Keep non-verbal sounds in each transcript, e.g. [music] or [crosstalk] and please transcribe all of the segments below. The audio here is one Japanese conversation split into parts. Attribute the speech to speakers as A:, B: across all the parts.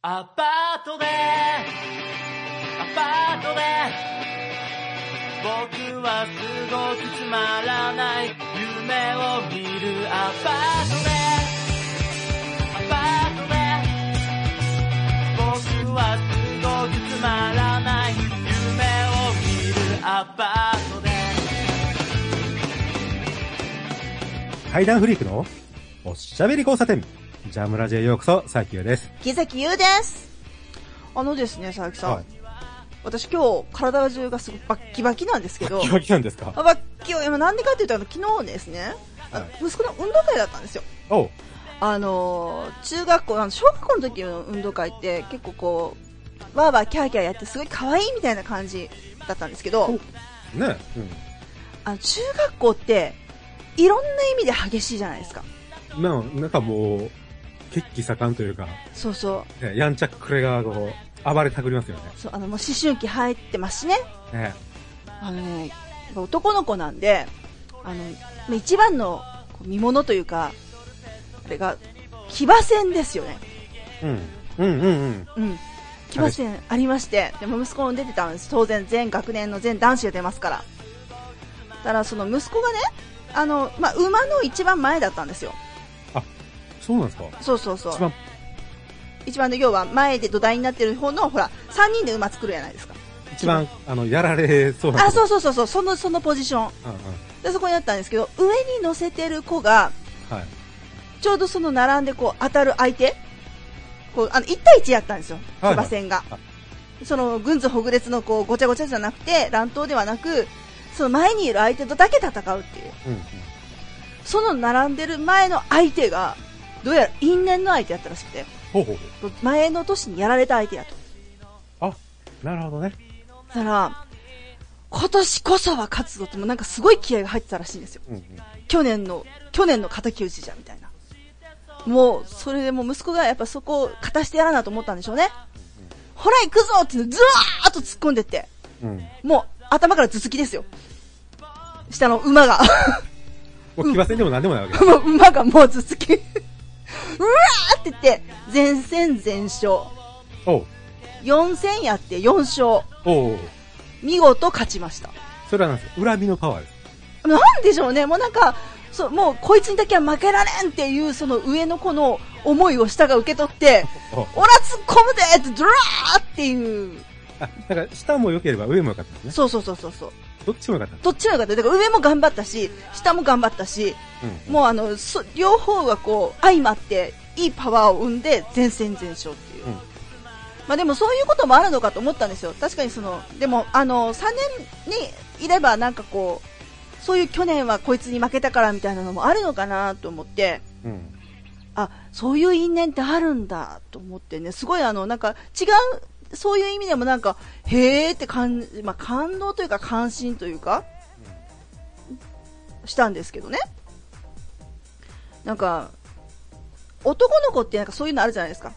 A: アパートで、アパートで、僕はすごくつまらない夢を見るアパートで、アパートで、僕はすごくつまらない夢を見るアパートで、
B: 階段フリークのおしゃべり交差点。ジャムラジへようこそ、サーキューです。
C: 木崎優ですあのですね佐々木さん、
B: はい。
C: 私今日体中がすごくバッキバキなんですけど
B: キワキなんですか
C: あバッキを今なんでかっていうとあの昨日ですね、あの
B: はい
C: 息子の運動会だったんですよ
B: おう
C: あのー中学校あの小学校の時の運動会って結構こうわーわーキャーキャーやってすごい可愛いみたいな感じだったんですけど
B: ね
C: あの中学校っていろんな意味で激しいじゃないですか
B: うん。な、なんかもう、血気盛んというか、
C: そうそう
B: ねやんちゃくれがこう、暴れたくりますよね。
C: そうあのもう思春期入ってますしね
B: ね
C: あのね、やっぱ男の子なんで、あの、まあ一番のこう見物というか、あれが、騎馬戦ですよね。
B: うん。うんうんうん。
C: うん。騎馬戦ありまして、でも息子も出てたんです。当然、全学年の全男子が出ますから。ただ、その息子がね、あの、まあ、馬の一番前だったんですよ。
B: そうなんですか
C: そうそうそう。
B: 一番、
C: 一番の、要は前で土台になってる方の、ほら、三人で馬作るじゃないですか。
B: 一番、あの、やられそうな。。
C: あ、そううそうそうそう、その、そのポジション。
B: うんうん。
C: で、そこにあったんですけど、上に乗せてる子が、
B: はい。
C: ちょうどその並んでこう当たる相手、こうあの1対1やったんですよ、騎
B: はいはい
C: 馬戦が
B: は。
C: その軍図ほぐれつのこうごちゃごちゃじゃなくて、乱闘ではなく、その前にいる相手とだけ戦うっていう、
B: うんうん。
C: その並んでる前の相手が、どうやら因縁の相手やったらしくて、
B: ほうほうほう。
C: 前の年にやられた相手やと。
B: あ、なるほどね。
C: だから、今年こそは勝つぞって、もうなんかすごい気合が入ってたらしいんですよ。
B: うんうん。
C: 去年の、去年の敵討ちじゃ、みたいな。もう、それでもう息子がやっぱそこを勝たしてやらなと思ったんでしょうね。ほら行くぞってズワーッと突っ込んでって、
B: うん。
C: もう頭から頭突きですよ。下の馬が、 [laughs]
B: もう騎馬戦でも何でもないわけだ。
C: もう馬がもう頭突き。うわーって言って、前戦全勝。
B: おう。
C: 4戦やって4勝。
B: おう。
C: 見事勝ちました。
B: それはなんですか恨みのパワーです。
C: なんでしょうね、もうなんか、そうもうこいつにだけは負けられんっていうその上の子の思いを下が受け取って、
B: おう
C: おら突っ込むでってドラーっていう。
B: あ、だから下も良ければ上も良かったんですね。
C: そうそうそうそうそう。
B: どっちも良かったんで
C: どっちもよかった。だから上も頑張ったし、下も頑張ったし、
B: す。うん。
C: もうあの、そ両方がこう、相まって、いいパワーを生んで、全戦全勝っていう。
B: うん
C: まあでもそういうこともあるのかと思ったんですよ。確かにその、でもあの、3年にいればなんかこう、そういう去年はこいつに負けたからみたいなのもあるのかなと思って、
B: うん。
C: あ、そういう因縁ってあるんだと思ってね、すごいあの、なんか違う、そういう意味でもなんか、へーって感じ、まあ感動というか関心というか、したんですけどね。なんか、男の子ってなんかそういうのあるじゃないですか。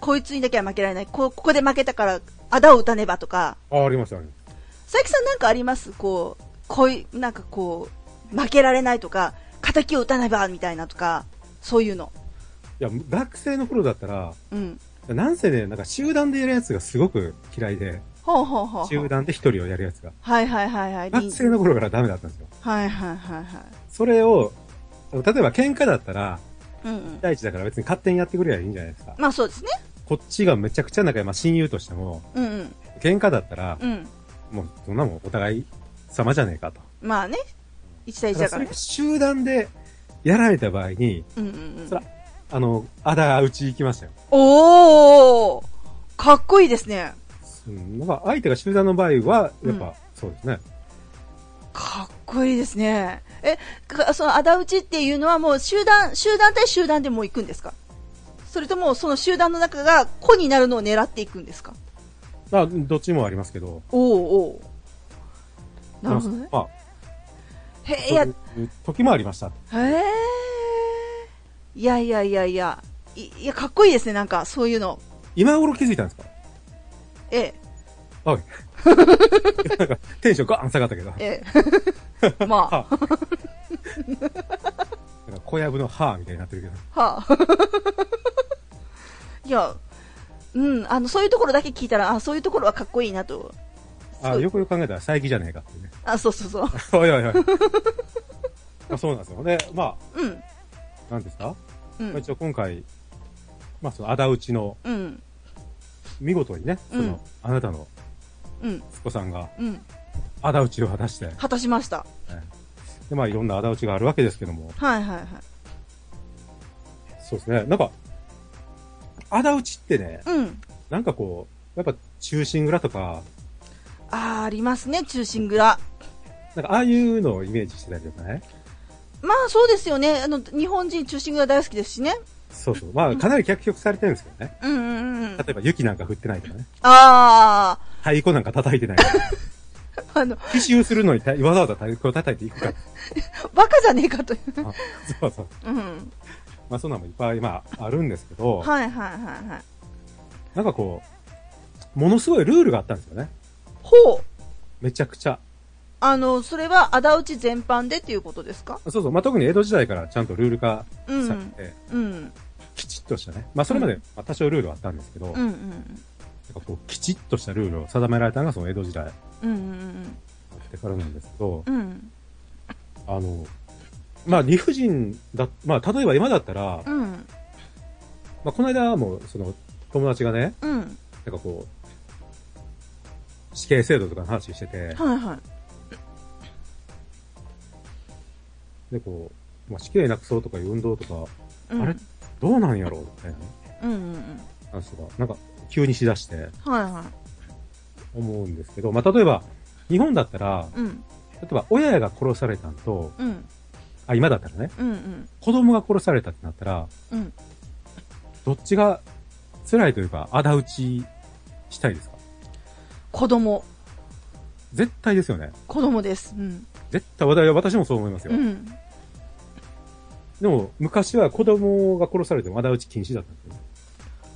C: こいつにだけは負けられない。こ、ここで負けたから、あだを打たねばとか。
B: あ、ありました、ありまし
C: 佐伯さんなんかありますこう、こい、なんかこう、負けられないとか、仇を打たねばみたいなとか、そういうの。
B: た。いや、学生の頃だったら、
C: うん。
B: なんせね、なんか集団でやるやつがすごく嫌いで、
C: ほうほうほうほう。
B: 集団で一人をやるやつが。
C: はいはいはいはい。
B: 学生の頃からダメだったんですよ。
C: はいはいはいはい。
B: それを、例えば喧嘩だったら、
C: うんうん。
B: 第一だから別に勝手にやってくれりゃいいんじゃないですか。
C: まあそうですね。
B: こっちがめちゃくちゃ仲良い、まあ親友としても、
C: うんうん。
B: 喧嘩だったら
C: う、ん。
B: もうそんなもんお互い様じゃねえかと。
C: まあね。一対
B: だ
C: 一
B: か
C: だ
B: ら
C: か
B: そ
C: ら
B: れ
C: ね
B: が。集団でやられた場合に、
C: うんうんうん
B: そ。らあの、あだ打ち行きましたよ。
C: おーかっこいいですね。
B: うん、まあ相手が集団の場合は、やっ
C: うん
B: ぱ、そうですね。
C: かっこいいですね。え、かその、あだ討ちっていうのはもう集団、集団対集団でもう行くんですかそれとも、その集団の中が個になるのを狙っていくんですか
B: まあ、どっちもありますけど。
C: おーおーなるほどね。
B: まあ、
C: へえ、い
B: そ
C: や、
B: ういう時もありました。
C: へえ。いやいやいやいや。いいや、かっこいいですね、なんか、そういうの。
B: 今頃気づいたんですか
C: ええ。
B: はい。 [laughs] なんか、テンションガーン下がったけど。
C: え
B: [laughs]
C: え。ま
B: はなんか小籔の歯みたいになってるけど。
C: [laughs] あ、はあ。いや、うん、あの、そういうところだけ聞いたら、あ、そういうところはかっこいいなと。
B: あ、よくよく考えたら、佐伯じゃねえかっていうね。 [laughs]
C: あ、そうそうそう。
B: おいおい [laughs] おい。あそうなんですよ。で、ま
C: うん。
B: あ、なんですか、
C: う
B: まあ
C: ん。
B: 一応今回、まあその、あだうちの、
C: うん。
B: 見事にね、その、
C: うん
B: あなたの
C: うん。
B: 息子さんが、
C: うん。
B: あだうちを果たして、
C: 果たしました。
B: で、まあいろんなあだうちがあるわけですけども、
C: はいはいはい。
B: そうですね、なんか、あだうちってね、
C: うん。
B: なんかこう、やっぱ中心蔵とか、
C: あー、ありますね、忠臣蔵。
B: なんかああいうのをイメージしてたりとかね。
C: まあそうですよね。あの、日本人忠臣蔵大好きですしね。
B: そうそう。まあかなり脚色されてるんですけどね。
C: うんうんうん。
B: 例えば雪なんか降ってないとかね。
C: あ
B: 太鼓なんか叩いてないとか。
C: ー、あの、
B: 奇襲するのにたわざわざ太鼓を叩いていくか。
C: バカじゃねえかという。
B: あそうそう。
C: うん。
B: まあそんなのもいっぱい、まああるんですけど、
C: はいはいはいはい。
B: なんかこう、ものすごいルールがあったんですよね。
C: ほう。
B: めちゃくちゃ。
C: あの、それは、あだうち全般でっていうことですか
B: そうそう。まあ特に江戸時代からちゃんとルール化
C: う
B: さ
C: ん。
B: れて、
C: うん。
B: きちっとしたね。まあそれまで、まあ、多少ルールはあったんですけど、
C: うんう
B: なん
C: んうん。
B: かこう、きちっとしたルールを定められたのがその江戸時代だ
C: うんうん
B: ってからなんですけど、
C: うん。うん。
B: あの、まあ理不尽だ、まあ例えば今だったら、ま
C: うん。
B: あこの間もその友達がね、
C: うん。
B: なんかこう、死刑制度とかの話してて、
C: はいはい。
B: でこう、まあ死刑なくそうとかいう運動とか、
C: うん、
B: あれどうなんやろうみたいなね
C: うんうんうん。
B: 話とか、なんか急にしだして
C: はいは
B: 思うんですけど、まあ例えば、日本だったら、
C: い。うん。
B: 例えば親が殺されたんと、
C: うん。
B: あ、今だったらね、
C: うんうん。
B: 子供が殺されたってなったら、
C: うん。
B: どっちが辛いというか、あだ討ちしたいですか
C: 子供。
B: 絶対ですよね。
C: 子供です。うん。
B: 絶対、私私もそう思いますよ。
C: うん。
B: でも、昔は子供が殺されてもあだ討ち禁止だったんですよね。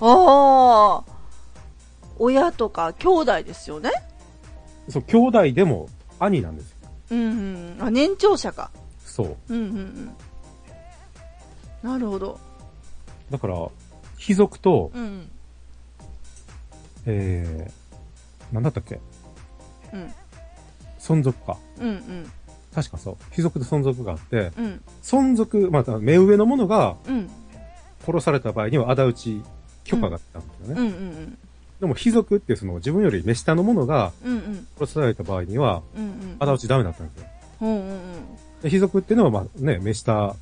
C: ああ。親とか兄弟ですよね。
B: そう、兄弟でも兄なんですよ。
C: うん、うん。あ、年長者か。
B: そう。
C: うんうんうん。なるほど。
B: だから、貴族と、
C: うん。
B: えー、なんだったっけ
C: うん。
B: 存続か。
C: うんうん。
B: 確かそう。貴族と存続があって、
C: うん。
B: 存続、まあ、目上の者が
C: うん。
B: 殺された場合にはあだ討ち許可があったんですよね。
C: うんうん
B: でも、貴族ってその自分より目下の者が
C: うん。うんうん。
B: 殺された場合には、
C: うんうん。
B: あだ討ちダメだったんですよ。
C: うんうん
B: で、貴族っていうのは、まあね、目下、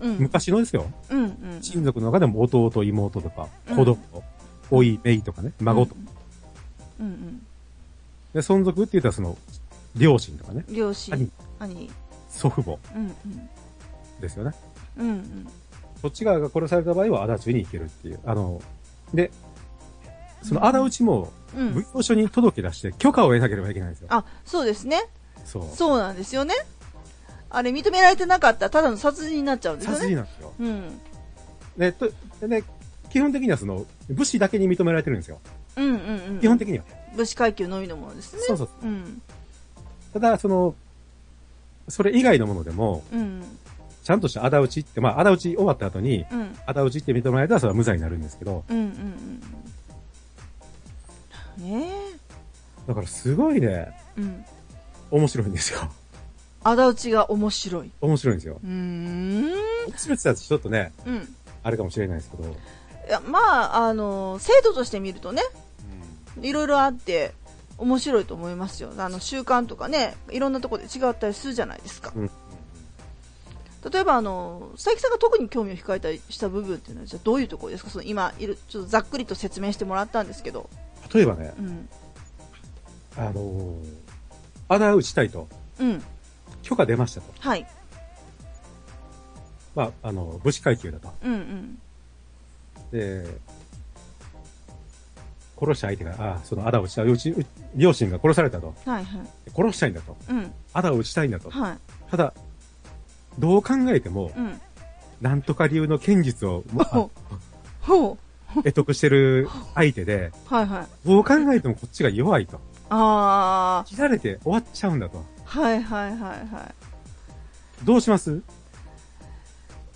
C: うん。うん。
B: 昔のですよ。
C: うんうん。
B: 親族の中でも弟、妹とか、
C: うん
B: 子供、おい、めいとかね、孫とか。
C: うんうん。
B: で、存続って言ったらその、両親とかね、
C: 両親。
B: 兄
C: 兄。
B: 祖父母
C: うん
B: ですよね。
C: うん。うんうん。
B: こっち側が殺された場合は、あだ討ちに行けるっていう。あの、で、そのあだ討ちも、
C: う
B: 奉
C: ん。
B: 行所に届け出して、許可を得なければいけないんですよ。
C: あ、そうですね。
B: そう。
C: そうなんですよね。あれ認められてなかったらただの殺人になっちゃうんですよ
B: 殺
C: ね。
B: 人なんですよ。
C: うん。
B: で、と、でね、基本的にはその、武士だけに認められてるんですよ。
C: うんうんうん。
B: 基本的には。
C: 武士階級のみのものですね。
B: そうそう。
C: うん。
B: ただ、その、それ以外のものでも、
C: うん。
B: ちゃんとしたあだ討ちって、まあ、あだ討ち終わった後に、
C: うん。うん
B: あだ討ちって認められたらそれは無罪になるんですけど、
C: うんうん。ね
B: だからすごいね、
C: え。うん。
B: 面白いんですよ。 [laughs]
C: あだ討ちが面白い。
B: 面白いんですよ。
C: うーん。
B: 面白いって言ったらちょっとね、
C: うん。
B: あれかもしれないですけど、
C: いや、まあ、あの、制度として見るとね、いろいろあって、面白いと思いますよ。あの、習慣とかね、いろんなところで違ったりするじゃないですか。
B: うん。
C: 例えば、あの、佐伯さんが特に興味を惹かれたりした部分っていうのは、じゃあどういうところですかその今いる、ちょっとざっくりと説明してもらったんですけど。
B: 例えばね、
C: うん。
B: あのー、あだ討ちたいと、
C: うん。
B: 許可出ましたと。
C: はい。
B: まあ、あの、武士階級だと。
C: うんうん。
B: で、殺した相手が、あそのあだ討ちた、うちう両親が殺されたと。
C: はいはい。
B: 殺したいんだと。
C: うん。
B: あだ討ちたいんだと。
C: はい。
B: ただ、どう考えても、
C: うん。
B: なんとか流の剣術を、まあ
C: ほ [laughs] う。ほ
B: 得得してる相手で、
C: う。はいはい。
B: どう考えてもこっちが弱いと。
C: あ
B: 切られて終わっちゃうんだと。
C: ー。はいはいはいはい。
B: どうします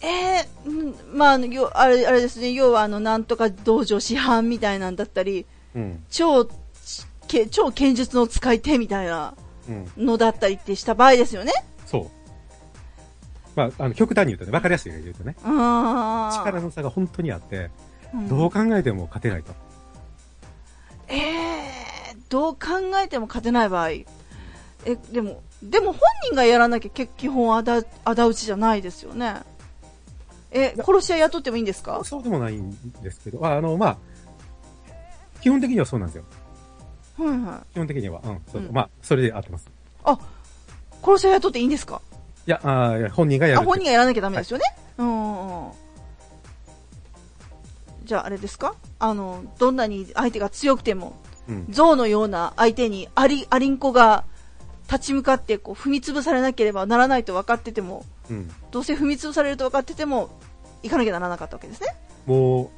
C: えーうんまあ、あの、よあれ、あれですね、要はあの、なんとか道場師範みたいなんだったり、
B: うん。
C: 超、け超剣術の使い手みたいな
B: うん。
C: のだったりってした場合ですよね。
B: そう。まあ、あの、極端に言うとね、わかりやすい例で言うとね、
C: あー
B: 力の差が本当にあって、
C: うん
B: どう考えても勝てないと。
C: えー、どう考えても勝てない場合。え、でも、でも本人がやらなきゃ結基本あだ、あだ討ちじゃないですよね。え、殺し屋雇ってもいいんですか
B: そうでもないんですけど、ああの、まあ、基本的にはそうなんですよ。
C: はいはい。
B: 基本的には。うん。そう
C: うん
B: まあ、それで合ってます。
C: あ、殺し屋雇っていいんですか
B: いや、あーいや本人がやる
C: あ、
B: って。
C: 本人がやらなきゃダメですよね。うんうんうん。じゃああれですかあの、どんなに相手が強くても、
B: うん。
C: 象のような相手にアリ、アリンコが立ち向かってこう踏み潰されなければならないと分かってても、
B: うん。
C: どうせ踏み潰されると分かってても、行かなきゃならなかったわけですね。
B: も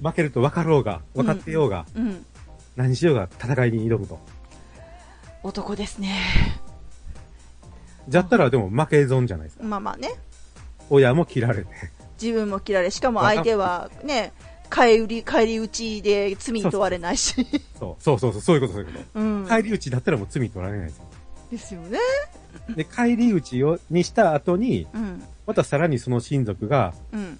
B: う、負けると分かろうが、分かってようが、
C: うん。
B: 何しようが戦いに挑むと。
C: 男ですね。
B: じゃったらでも負け損じゃないですか。
C: まあまあね。
B: 親も切られて。
C: 自分も切られ、しかも相手はね、帰り、帰り討ちで罪に問われないし。
B: そうそうそうそう、そういうこと、そういうこ
C: うん
B: と。。帰り討ちだったらもう罪取られないですよ。
C: ですよね。
B: で、帰り討ちを、にした後に、
C: うん。
B: またさらにその親族が、
C: うん。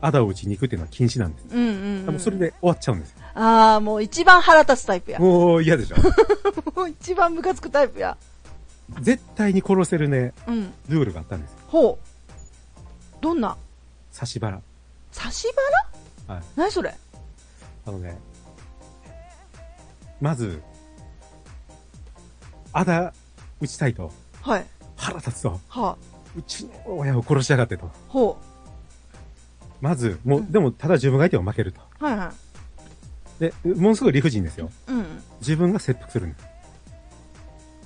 B: あだを打ちに行くっていうのは禁止なんです。
C: うんうん、う
B: も
C: ん。
B: うそれ。で終わっちゃうんですよ。
C: ああ、もう一番腹立つタイプや。も
B: もう嫌でしょ。 [laughs]
C: [laughs] う一番ムカつくタイプや。
B: 絶対に殺せるね、
C: うん。
B: ルールがあったんですよ。
C: ほう。どんな
B: 差し腹。
C: 差し腹
B: はい。
C: 何それ
B: あのね、まず、あだ打ちたいと、
C: はい。
B: 腹立つと、
C: は
B: うちの親を殺しやがってと。
C: あ。ほ
B: まず、もう、
C: うん
B: でも、ただ自分が相手を負けると。
C: う。はいは
B: で、ものすごい理不尽ですよ。
C: い。うん。
B: 自分が切腹するんです。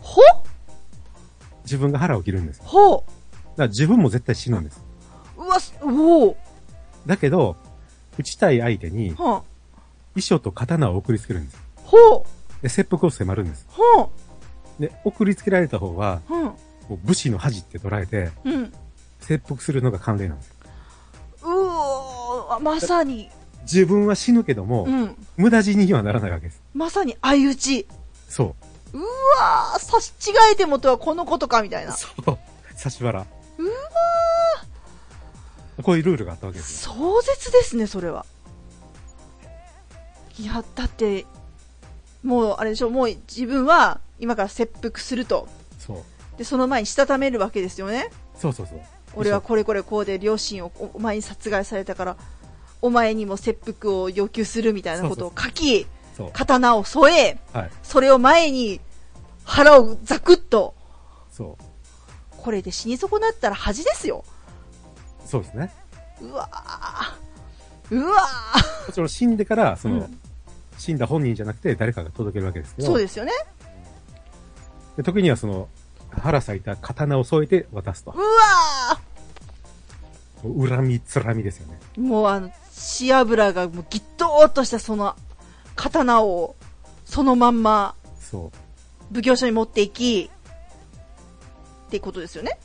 C: ほ
B: 自分が腹を切るんです。だか
C: ほ
B: ら自分も絶対死ぬんです。
C: う。うわ、すおお。
B: だけど、打ちたい相手に、
C: はあ。
B: 遺書と刀を送りつけるんです。
C: ほう。
B: で、切腹を迫るんです。
C: ほ
B: で、送りつけられた方は、
C: う。うん。
B: もう武士の恥って捉えて、
C: うん。
B: 切腹するのが慣例なんです。
C: うおーまさに、
B: 自分は死ぬけども、
C: うん。
B: 無駄死ににはならないわけです。
C: まさに相打ち。
B: そう。
C: わー差し違えてもとはこのことか、みたいうな。
B: そう。差し腹。うわこういうルールがあったわけですよ。
C: 壮絶ですね、それは。いや、だって、もう、あれでしょ、もう自分は今から切腹すると。
B: そう。
C: で、その前にしたためるわけですよね。
B: そうそうそう。
C: 俺はこれこれこうで両親をおお前に殺害されたから、お前にも切腹を要求するみたいなことを書き、
B: そう。
C: 刀を添え、
B: はい。
C: それを前に腹をザクッと、
B: そう。
C: これで死に損なったら恥ですよ。
B: そうですね。
C: うわぁ。うわぁ。
B: もちろん死んでから、その、
C: うん
B: 死んだ本人じゃなくて誰かが届けるわけですけど、
C: そうですよね。
B: で時にはその、腹裂いた刀を添えて渡すと
C: う。わ
B: 恨み、つらみですよね。
C: ぁ。もうあの、血油がもうギッとーっとしたその刀を、そのまんま
B: そ
C: 奉行所に持っていき、ってことですよね。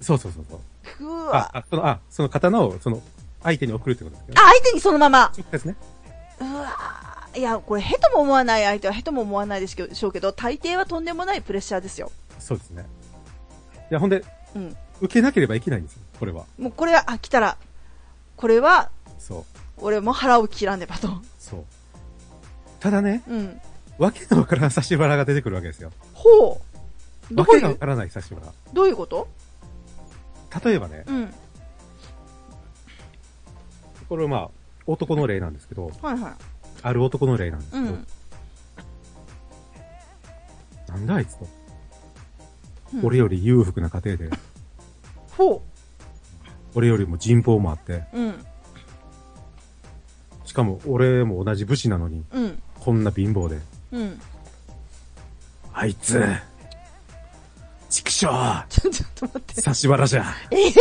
B: う。そうそうそうそう。
C: う
B: あ
C: わ、ぁ。
B: あ、その、あ、その刀を、その、相手に送るってことですけど、
C: あ、相手にそのまま。
B: 直接ね。
C: うわーいや、これ、へとも思わない相手はへとも思わないでしょうけど、大抵はとんでもないプレッシャーですよ。
B: そうですね。いや、ほんで、
C: うん。
B: 受けなければいけないんですよ、これは。
C: もうこれは、あ、来たら、これは、
B: そう。
C: 俺も腹を切らねばと。
B: そう。ただね、
C: うん。
B: わけのわからん差し腹が出てくるわけですよ。
C: ほう。ど
B: わ
C: う
B: け
C: い
B: がわ
C: う、
B: からない差し腹。
C: どういうこと
B: 例えばね、
C: うん。
B: これはまあ、男の例なんですけど、
C: はいはい。
B: ある男の例なんですけ
C: う
B: ど、
C: ん。
B: なんだあいつと。
C: うん
B: 俺より裕福な家庭で、
C: ほ
B: 俺よりも人望もあって、
C: う。うん。
B: しかも俺も同じ武士なのに、
C: うん。
B: こんな貧乏で。
C: うん。
B: あいつ、畜生
C: ちょ、ちょっと待って。 [laughs]
B: 差し腹じゃ。
C: ええ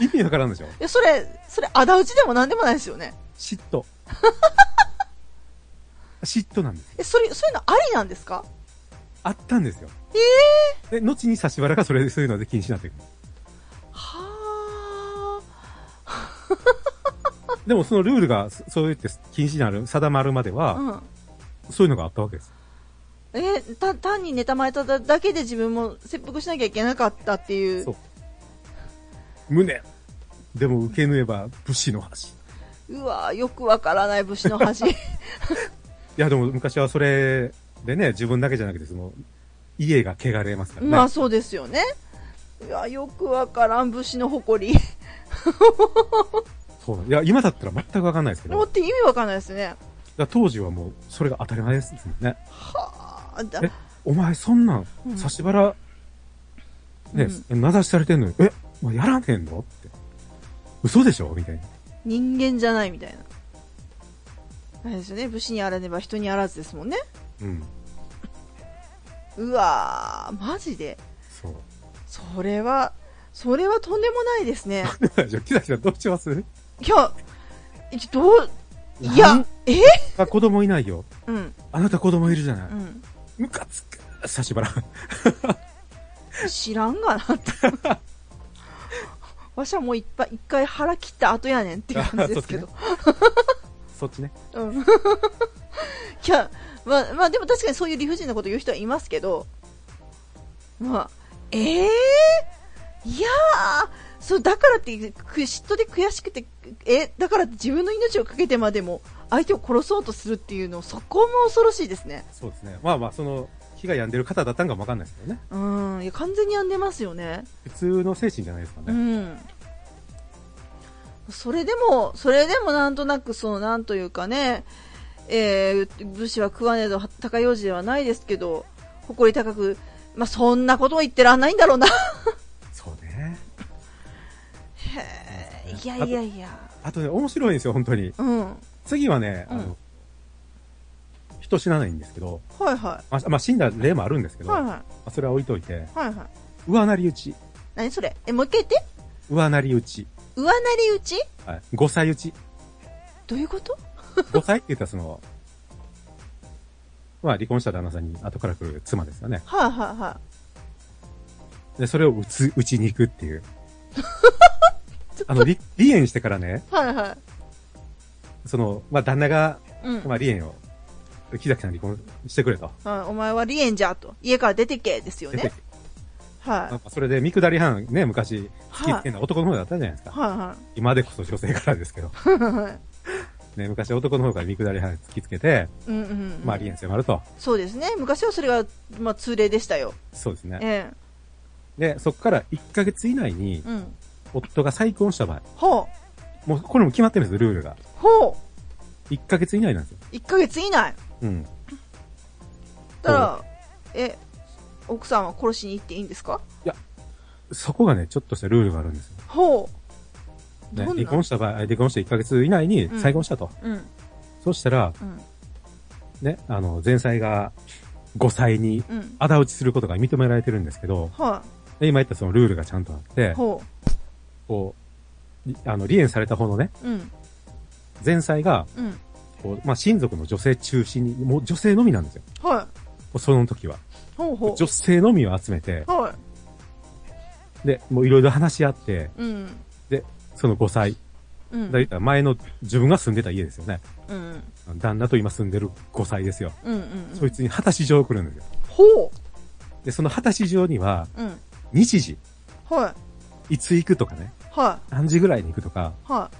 B: 意味わからんでしょ
C: いや、それ、それ、あだ討ちでもなんでもないですよね。
B: 嫉妬。 [laughs] 嫉妬なんです。
C: え、それ、そういうのありなんですか
B: あったんですよ。で、
C: え
B: 後に差し腹がそれ、そういうので禁止になってくる。でもそのルールが、そそう言って禁止になる、定まるまでは、
C: うん。
B: そういうのがあったわけです。
C: えーた単に妬まれただけで自分も切腹しなきゃいけなかったっていう
B: そう無念でも受け縫えば武士の恥。いう
C: わーよくわからない武士の
B: [laughs]
C: 恥 [laughs]
B: や、でも昔はそれでね、自分だけじゃなくて、その、家が汚れますからね。
C: まあそうですよねいやよくわからん武士の誇り
B: [laughs] そういや、今だったら全くわかんないですけど、
C: もうって意味わかんないですね
B: だから当時はもう、それが当たり前ですもんね。
C: はあだ
B: えお前そんなん
C: う、ん
B: 差し腹、ね、名指しされてんのに、え、お前やらねえんのって。嘘でしょみたいな。
C: 人間じゃないみたいなあれですよね武士にあらねば人にあらずですもんね
B: うん。
C: うわーマジで
B: そう。 [laughs]
C: それはそれはとんでもないですね
B: じゃあ、木崎さんどうします
C: いやいやどういやえ
B: あ子供いないよ。
C: うん
B: あなた子供いるじゃない。
C: うん
B: ムカつく。差し腹。
C: 知らんがなって。わしはもういっぱい一回腹切った後やねんっていう感じですけど。
B: そっちね。
C: うん。い [laughs] や、まあ、まあでも確かにそういう理不尽なこと言う人はいますけど、まあ、ええいやー、そう、だからって、く嫉妬で悔しくて、え、だからって自分の命をかけてまでも、相手を殺そうとするっていうの、そこも恐ろしいですね。
B: そうですね。まあまあ、その、被害病んでる方だったんかもわかんないですけどね。
C: うん、いや、完全に病んでますよね。
B: 普通の精神じゃないですか
C: う
B: ね。
C: ん、それでも、それでもなんとなく、そのなんというかね、えー武士は食わねえど高用事ではないですけど、誇り高く、まあ、そんなことを言ってらんないんだろうな。
B: そうね。そうね
C: へーいやいやいや。
B: あとね、面白いんですよ、本当に。
C: うん。は
B: 次はね、あ
C: う
B: の、人死なないんですけど、
C: いは
B: まあ、まあ、死んだ例もあるんですけ
C: い。
B: ど、
C: はい
B: ま
C: は
B: あそれは置いといて、
C: い。はいはい。
B: 上なり打ち、
C: 何それえ、もう一回言って。
B: 上なり打ち、
C: 上なり打ち
B: はい、5歳打ち。
C: どういうこと
B: 5歳って言ったらその、 [laughs] まあ、離婚した旦那さんに後から来る妻ですよね。
C: はいはいは
B: で、それを打つ、打ちに行くって
C: [laughs]
B: いう。あの、離離縁してからね、
C: い。はいはい。
B: その、まあ、旦那が、
C: うん。
B: まあ、離縁を、木崎さん離婚してくれと。
C: はいお前は離縁じゃと。家から出てけですよ
B: 出て
C: ね。はい。
B: なん
C: は
B: かそれで見下り班ね、昔、付
C: はい
B: き合ってんの男の方だったじゃないですか。
C: いは
B: 今でこそ女性からですけ
C: [laughs]
B: ど。
C: い。はい
B: ね、昔男の方から見下り班突きつけて、
C: うんうん。
B: まあ、離縁迫ると。
C: そうですね。昔はそれが、まあ、通例でしたよ。
B: そうですね。
C: え
B: で、そこから1ヶ月以内に
C: え。、うん。
B: 夫が再婚した場合、
C: ほ
B: もうこれも決まってるんですよ、ルールが。
C: う。ほ
B: 1ヶ月以内なんですよ。
C: う。1ヶ月以内。
B: うん。
C: たら、え、奥さんは殺しに行っていいんですか
B: そこがね、ちょっとしたルールがあるんですよ。
C: ほう。
B: ね、
C: どんな
B: 離婚した場合、離婚して1ヶ月以内に再婚したと。
C: うん。
B: そうしたら、
C: うん。
B: ね、あの、前妻が5歳に、
C: うん。
B: あだ討ちすることが認められてるんですけど、
C: は
B: で今言ったそのルールがちゃんとあって
C: い。、ほ
B: こう、りあの、離縁された方のね、
C: う。うん。
B: 前妻が、
C: うん。
B: こう、まあ、親族の女性中心に、もう女性のみなんですよ。
C: はい。
B: もうその時は。
C: ほうほ
B: 女性のみを集めて
C: う。、はい。
B: で、もういろいろ話し合って、
C: うん。
B: その5歳。
C: う
B: だ
C: ん。
B: から言ったら前の自分が住んでた家ですよね。
C: うん。
B: 旦那と今住んでる5歳ですよ。
C: うん。うん。
B: そいつに二十歳以上来るんですよ。
C: ほ
B: で、その二十歳以上には、
C: う。うん。
B: 日時、
C: はい。
B: いつ行くとかね、
C: は
B: 何時ぐらいに行くとか、
C: い。は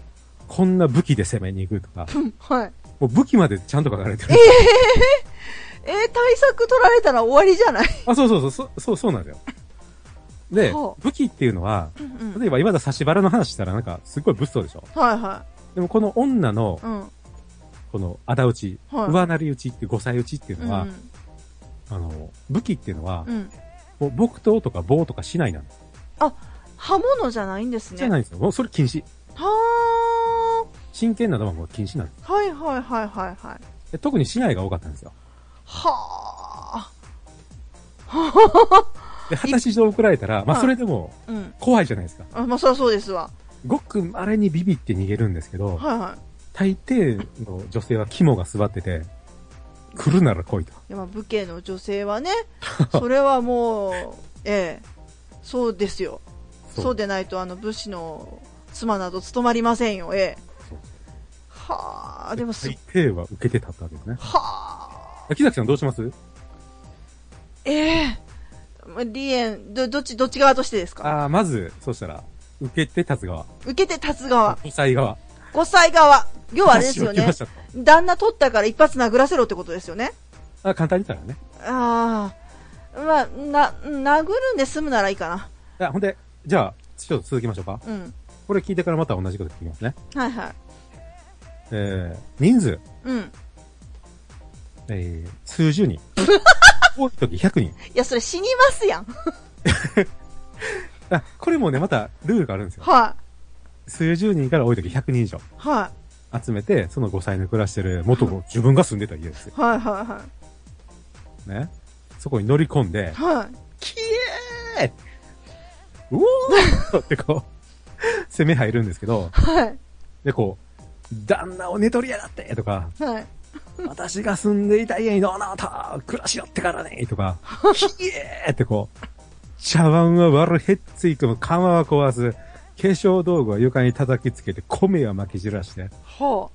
B: こんな武器で攻めに行くとか、
C: い。うん。はい。
B: もう武器までちゃんと書かれてる。
C: えー、対策取られたら終わりじゃない
B: あ、そうそうそう、そうそう、そうなんですよ。で
C: ほ、
B: 武器っていうのは、
C: うん。うん
B: 例えば今だ差し腹の話したらなんかすっごい物騒でしょ
C: はいは
B: でもこの女の
C: い。うん。は
B: このあだ討ち、
C: はい
B: 上なり討ちって5歳討ちっていう
C: う
B: のは、
C: ん。
B: あの、武器っていうのは
C: う、ん。
B: もう木刀とか棒とかしないなんです。
C: 刃物じゃないんですね。
B: じゃないんですよ。もうそれ禁止。
C: は
B: 真剣なのはもう禁止なんで
C: ー。はいはいはいはいはい。
B: す。で特に市内が多かったんですよ。
C: は
B: で、二十歳以上送られたら、まあ
C: はい
B: それでも
C: ー。うん。
B: 怖いじゃないですか。
C: あ、まあ、そりゃそうですわ。
B: ごく稀にビビって逃げるんですけど、
C: はいはい。
B: 大抵の女性は肝が座ってて、来るなら来いと。
C: いやまあ武家の女
B: [laughs]
C: 性はね、それはもう、ええ、そうですよ。そうでないと、あの、武士の妻など務まりませんよ、ええ。
B: そう
C: はあ、でもす、
B: 最低は受けてたってわけですね。
C: はあ、
B: 秋崎さんどうします
C: ええまリエン、ど、どっち、どっち側としてですか
B: ああ、まず、そうしたら、受けて立つ側。
C: 受けて立つ側、
B: 主催側。
C: 5歳側。要はあれですよ
B: 話を聞きま
C: ね
B: し。たと
C: 旦那取ったから一発殴らせろってことですよね。
B: あ簡単に言ったらね。
C: ああ、まあ、な、殴るんで済むならいいかな。
B: あほんで、じゃあ、ちょっと続きましょうか。
C: うん。
B: これ聞いてからまた同じこと聞きますね。
C: はいはい。
B: えー、人数、
C: うん。
B: えー、数十
C: [laughs]
B: 人。多い時100人。
C: いや、それ死にますやん。
B: あ、これもね、またルールがあるんですよ。
C: は
B: 数十人から多い時100人以上
C: い。は
B: 集めて、その5歳の暮らしてる元の自分が住んでた家ですよ。
C: い。はいはいは
B: ね。そこに乗り込んで
C: い。、はい。
B: きえーうおー [laughs] ってこう、攻め入るんですけど、
C: はい。
B: でこう、旦那を寝取りやがってとか、
C: はい。
B: 私が住んでいた家にどうなた暮らしよってからねとか、ひえーってこう、茶碗は割る、へっついくも釜は壊す、化粧道具は床に叩きつけて、米は巻き散らして、
C: ほ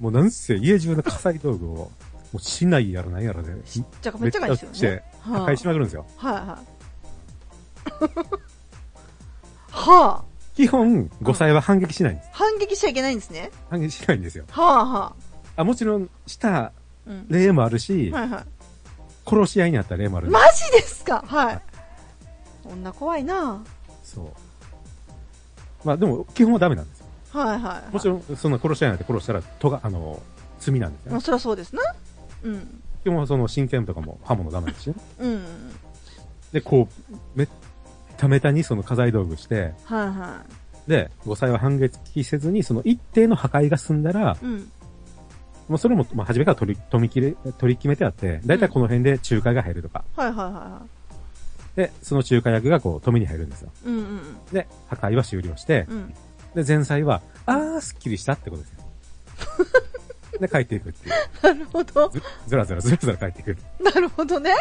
B: もうなんせ家中の火災道具を、もう市内やらないやらで、
C: う。じゃあ、めっちゃがいいですよ
B: めっ
C: ね。
B: ちゃ破壊しまくるんですよ。
C: はいはい。 [laughs] はあ。
B: 基本、5歳は反撃しないんです。
C: 反撃しちゃいけないんですね。
B: 反撃しないんですよ。
C: はあはあ。
B: あ、もちろん、した
C: うん。
B: 例もあるし、
C: はいは
B: 殺し合いになった例もある
C: い。
B: んで
C: マジですかはい。女怖いな
B: す。そう。まあでも、基本はダメなんですよ。
C: はいはい。
B: もちろん、そんな殺し合いなんて殺したら、とが、あの、罪なんですよ
C: まあ、
B: ね。
C: そりゃそうですな。うん。
B: 基本はその、真剣とかも刃物ダメですしね。
C: うん。
B: [laughs] で、こう、めっためたにその家財道具して、
C: はいは
B: で、5歳は反撃せずに、その一定の破壊が済んだら、
C: い。うん。
B: もうそれも、まあ、初めから取り、取り切れ、取り決めてあって、だいたいこの辺で仲介が入るとか。
C: はいはいはいは
B: で、その仲介役がこう、止めに入るんですよ。
C: い。うんうん
B: で、破壊は終了して、
C: うん。 [laughs] う
B: で、
C: ん。
B: 前菜は、あー、すっきりしたってことですよ。で、帰っていくっていう。
C: なるほど。
B: ずずらずらずらずら帰っていく。
C: なるほどね。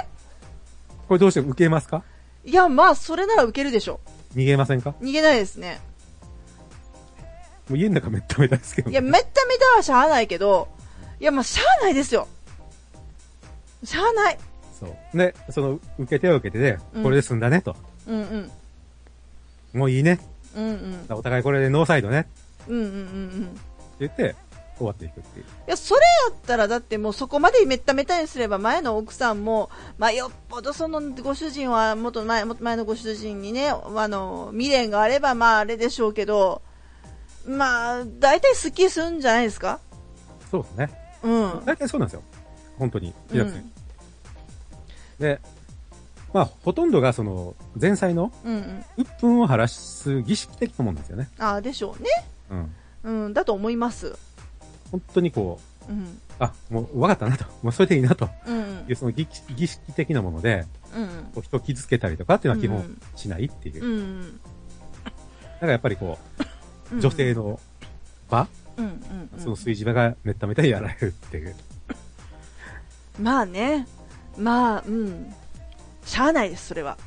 B: これどうして受けますか
C: いや、まあ、それなら受けるでしょ。
B: 逃げませんか
C: 逃げないですね。
B: もう家の中めっためたですけど、
C: いや、めっためたはしゃあないけど、いや、まあ、しゃあないですよ。しゃあない。
B: そう。で、その、受け手は受け手で
C: う、ん
B: これで済んだねと。
C: うんうん。
B: もういいね。
C: うんうん。
B: お互いこれでノーサイドね。って
C: うんうんうんうん。
B: 言って、終わっていくっていう。
C: いや、それやったら、だってもうそこまでめっためたにすれば、前の奥さんも、まあ、よっぽどそのご主人は、元前、元前のご主人にね、あの、未練があれば、まあ、あれでしょうけど、まあ、大体スッキリするんじゃないですか
B: そうですね。
C: うん。
B: 大体そうなんですよ。本当に。
C: う
B: 平田さん
C: ん。
B: で、まあ、ほとんどがその、前菜の
C: うんうん。
B: 鬱憤を晴らす儀式的なもんなんですよね。
C: ああ、でしょうね。
B: うん。
C: うん、だと思います。
B: 本当にこう、
C: うん。
B: あ、もう、わかったなと。もうそれでいいなと。
C: うんうん。
B: いうその儀儀式的なもので、
C: うんうん。
B: こう人を傷つけたりとかっていうのは基
C: う
B: 本
C: ん
B: しないっていう。
C: うんうん
B: だからやっぱりこ
C: う
B: う、
C: ん。
B: 女性の場、
C: うんうんうん
B: その炊事場がめっためたにやられるっていう。
C: まあね。まあ、うん。しゃあないです、それは。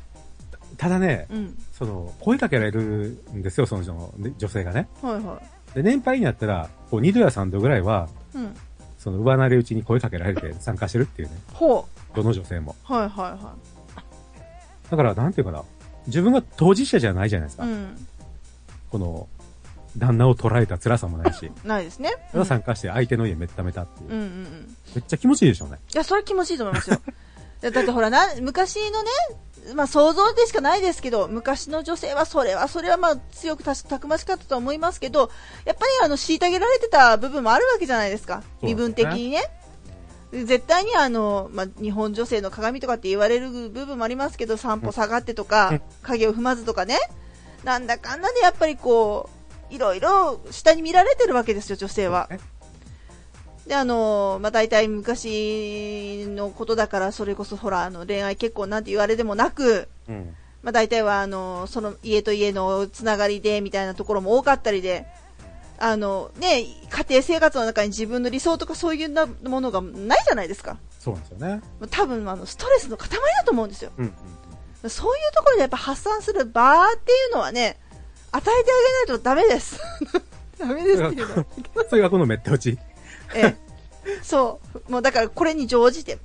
B: ただね、
C: うん。
B: その、声かけられるんですよ、その女のね女性がね。
C: はいは
B: で、年配になったら、こう、2度や3度ぐらいは、
C: い。うん。
B: その、上慣れうちに声かけられて参加してるっていうね。
C: ほ
B: どの女性も。
C: う。はいはいは
B: だから、なんていうかな。自分が当事者じゃないじゃないです
C: い。
B: か。
C: うん。
B: この、旦那を捉えた辛さもないし。
C: ないですね。
B: ただ参加して相手の家めっためたっていう。
C: うんうんうん。
B: めっちゃ気持ちいいでしょうね。
C: いや、それは気持ちいいと思いますよ。 [laughs] いやだってほらな、昔のね、まあ想像でしかないですけど、昔の女性はそれは、それはまあ強くたしたくましかったと思いますけど、やっぱりあの、虐げられてた部分もあるわけじゃないですか。
B: そうですね
C: 身分的にね。絶対にあの、まあ、日本女性の鏡とかって言われる部分もありますけど、散歩下がってと
B: う
C: か
B: ん、
C: 影を踏まずとかね。なんだかんだでやっぱりこう、いろいろ下に見られてるわけですよ、女性は。で、あの、まあ、大体昔のことだから、それこそほら、あの、恋愛結婚なんて言われでもなく、
B: うん。
C: まあ、大体は、あの、その家と家のつながりで、みたいなところも多かったりで、あの、ね、家庭生活の中に自分の理想とかそういうなものがないじゃないですか。
B: そうなんですよね。
C: まあ多分、あの、ストレスの塊だと思うんですよ。
B: うん。
C: そういうところでやっぱ発散する場っていうのはね、与えてあげないとダメです。 [laughs] ダメですけれど。
B: [laughs] それがこのめって落ち。
C: ええ。そう。もうだからこれに乗じて。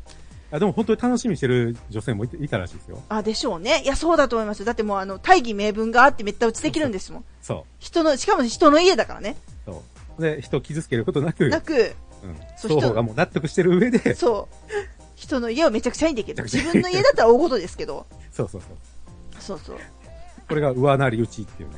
B: あ、でも本当に楽しみにしてる女性もいていたらしいですよ。
C: あ、でしょうね。いや、そうだと思いますよだってもうあの、大義名分があってめった打ちできるんですもん。
B: そ
C: 人の、しかも人の家だからね。
B: う。そう。で、人を傷つけることなく、
C: なく、
B: うん、
C: そ
B: 双
C: う
B: 方
C: 人
B: がもう納得してる上で、そ
C: そう。人の家をめちゃくちゃにできる。
B: めちゃくちゃ
C: 自
B: に
C: 分の家だったら大事ですけど。
B: うそうそう。
C: そうそう。
B: これが上なり打ちっていうね。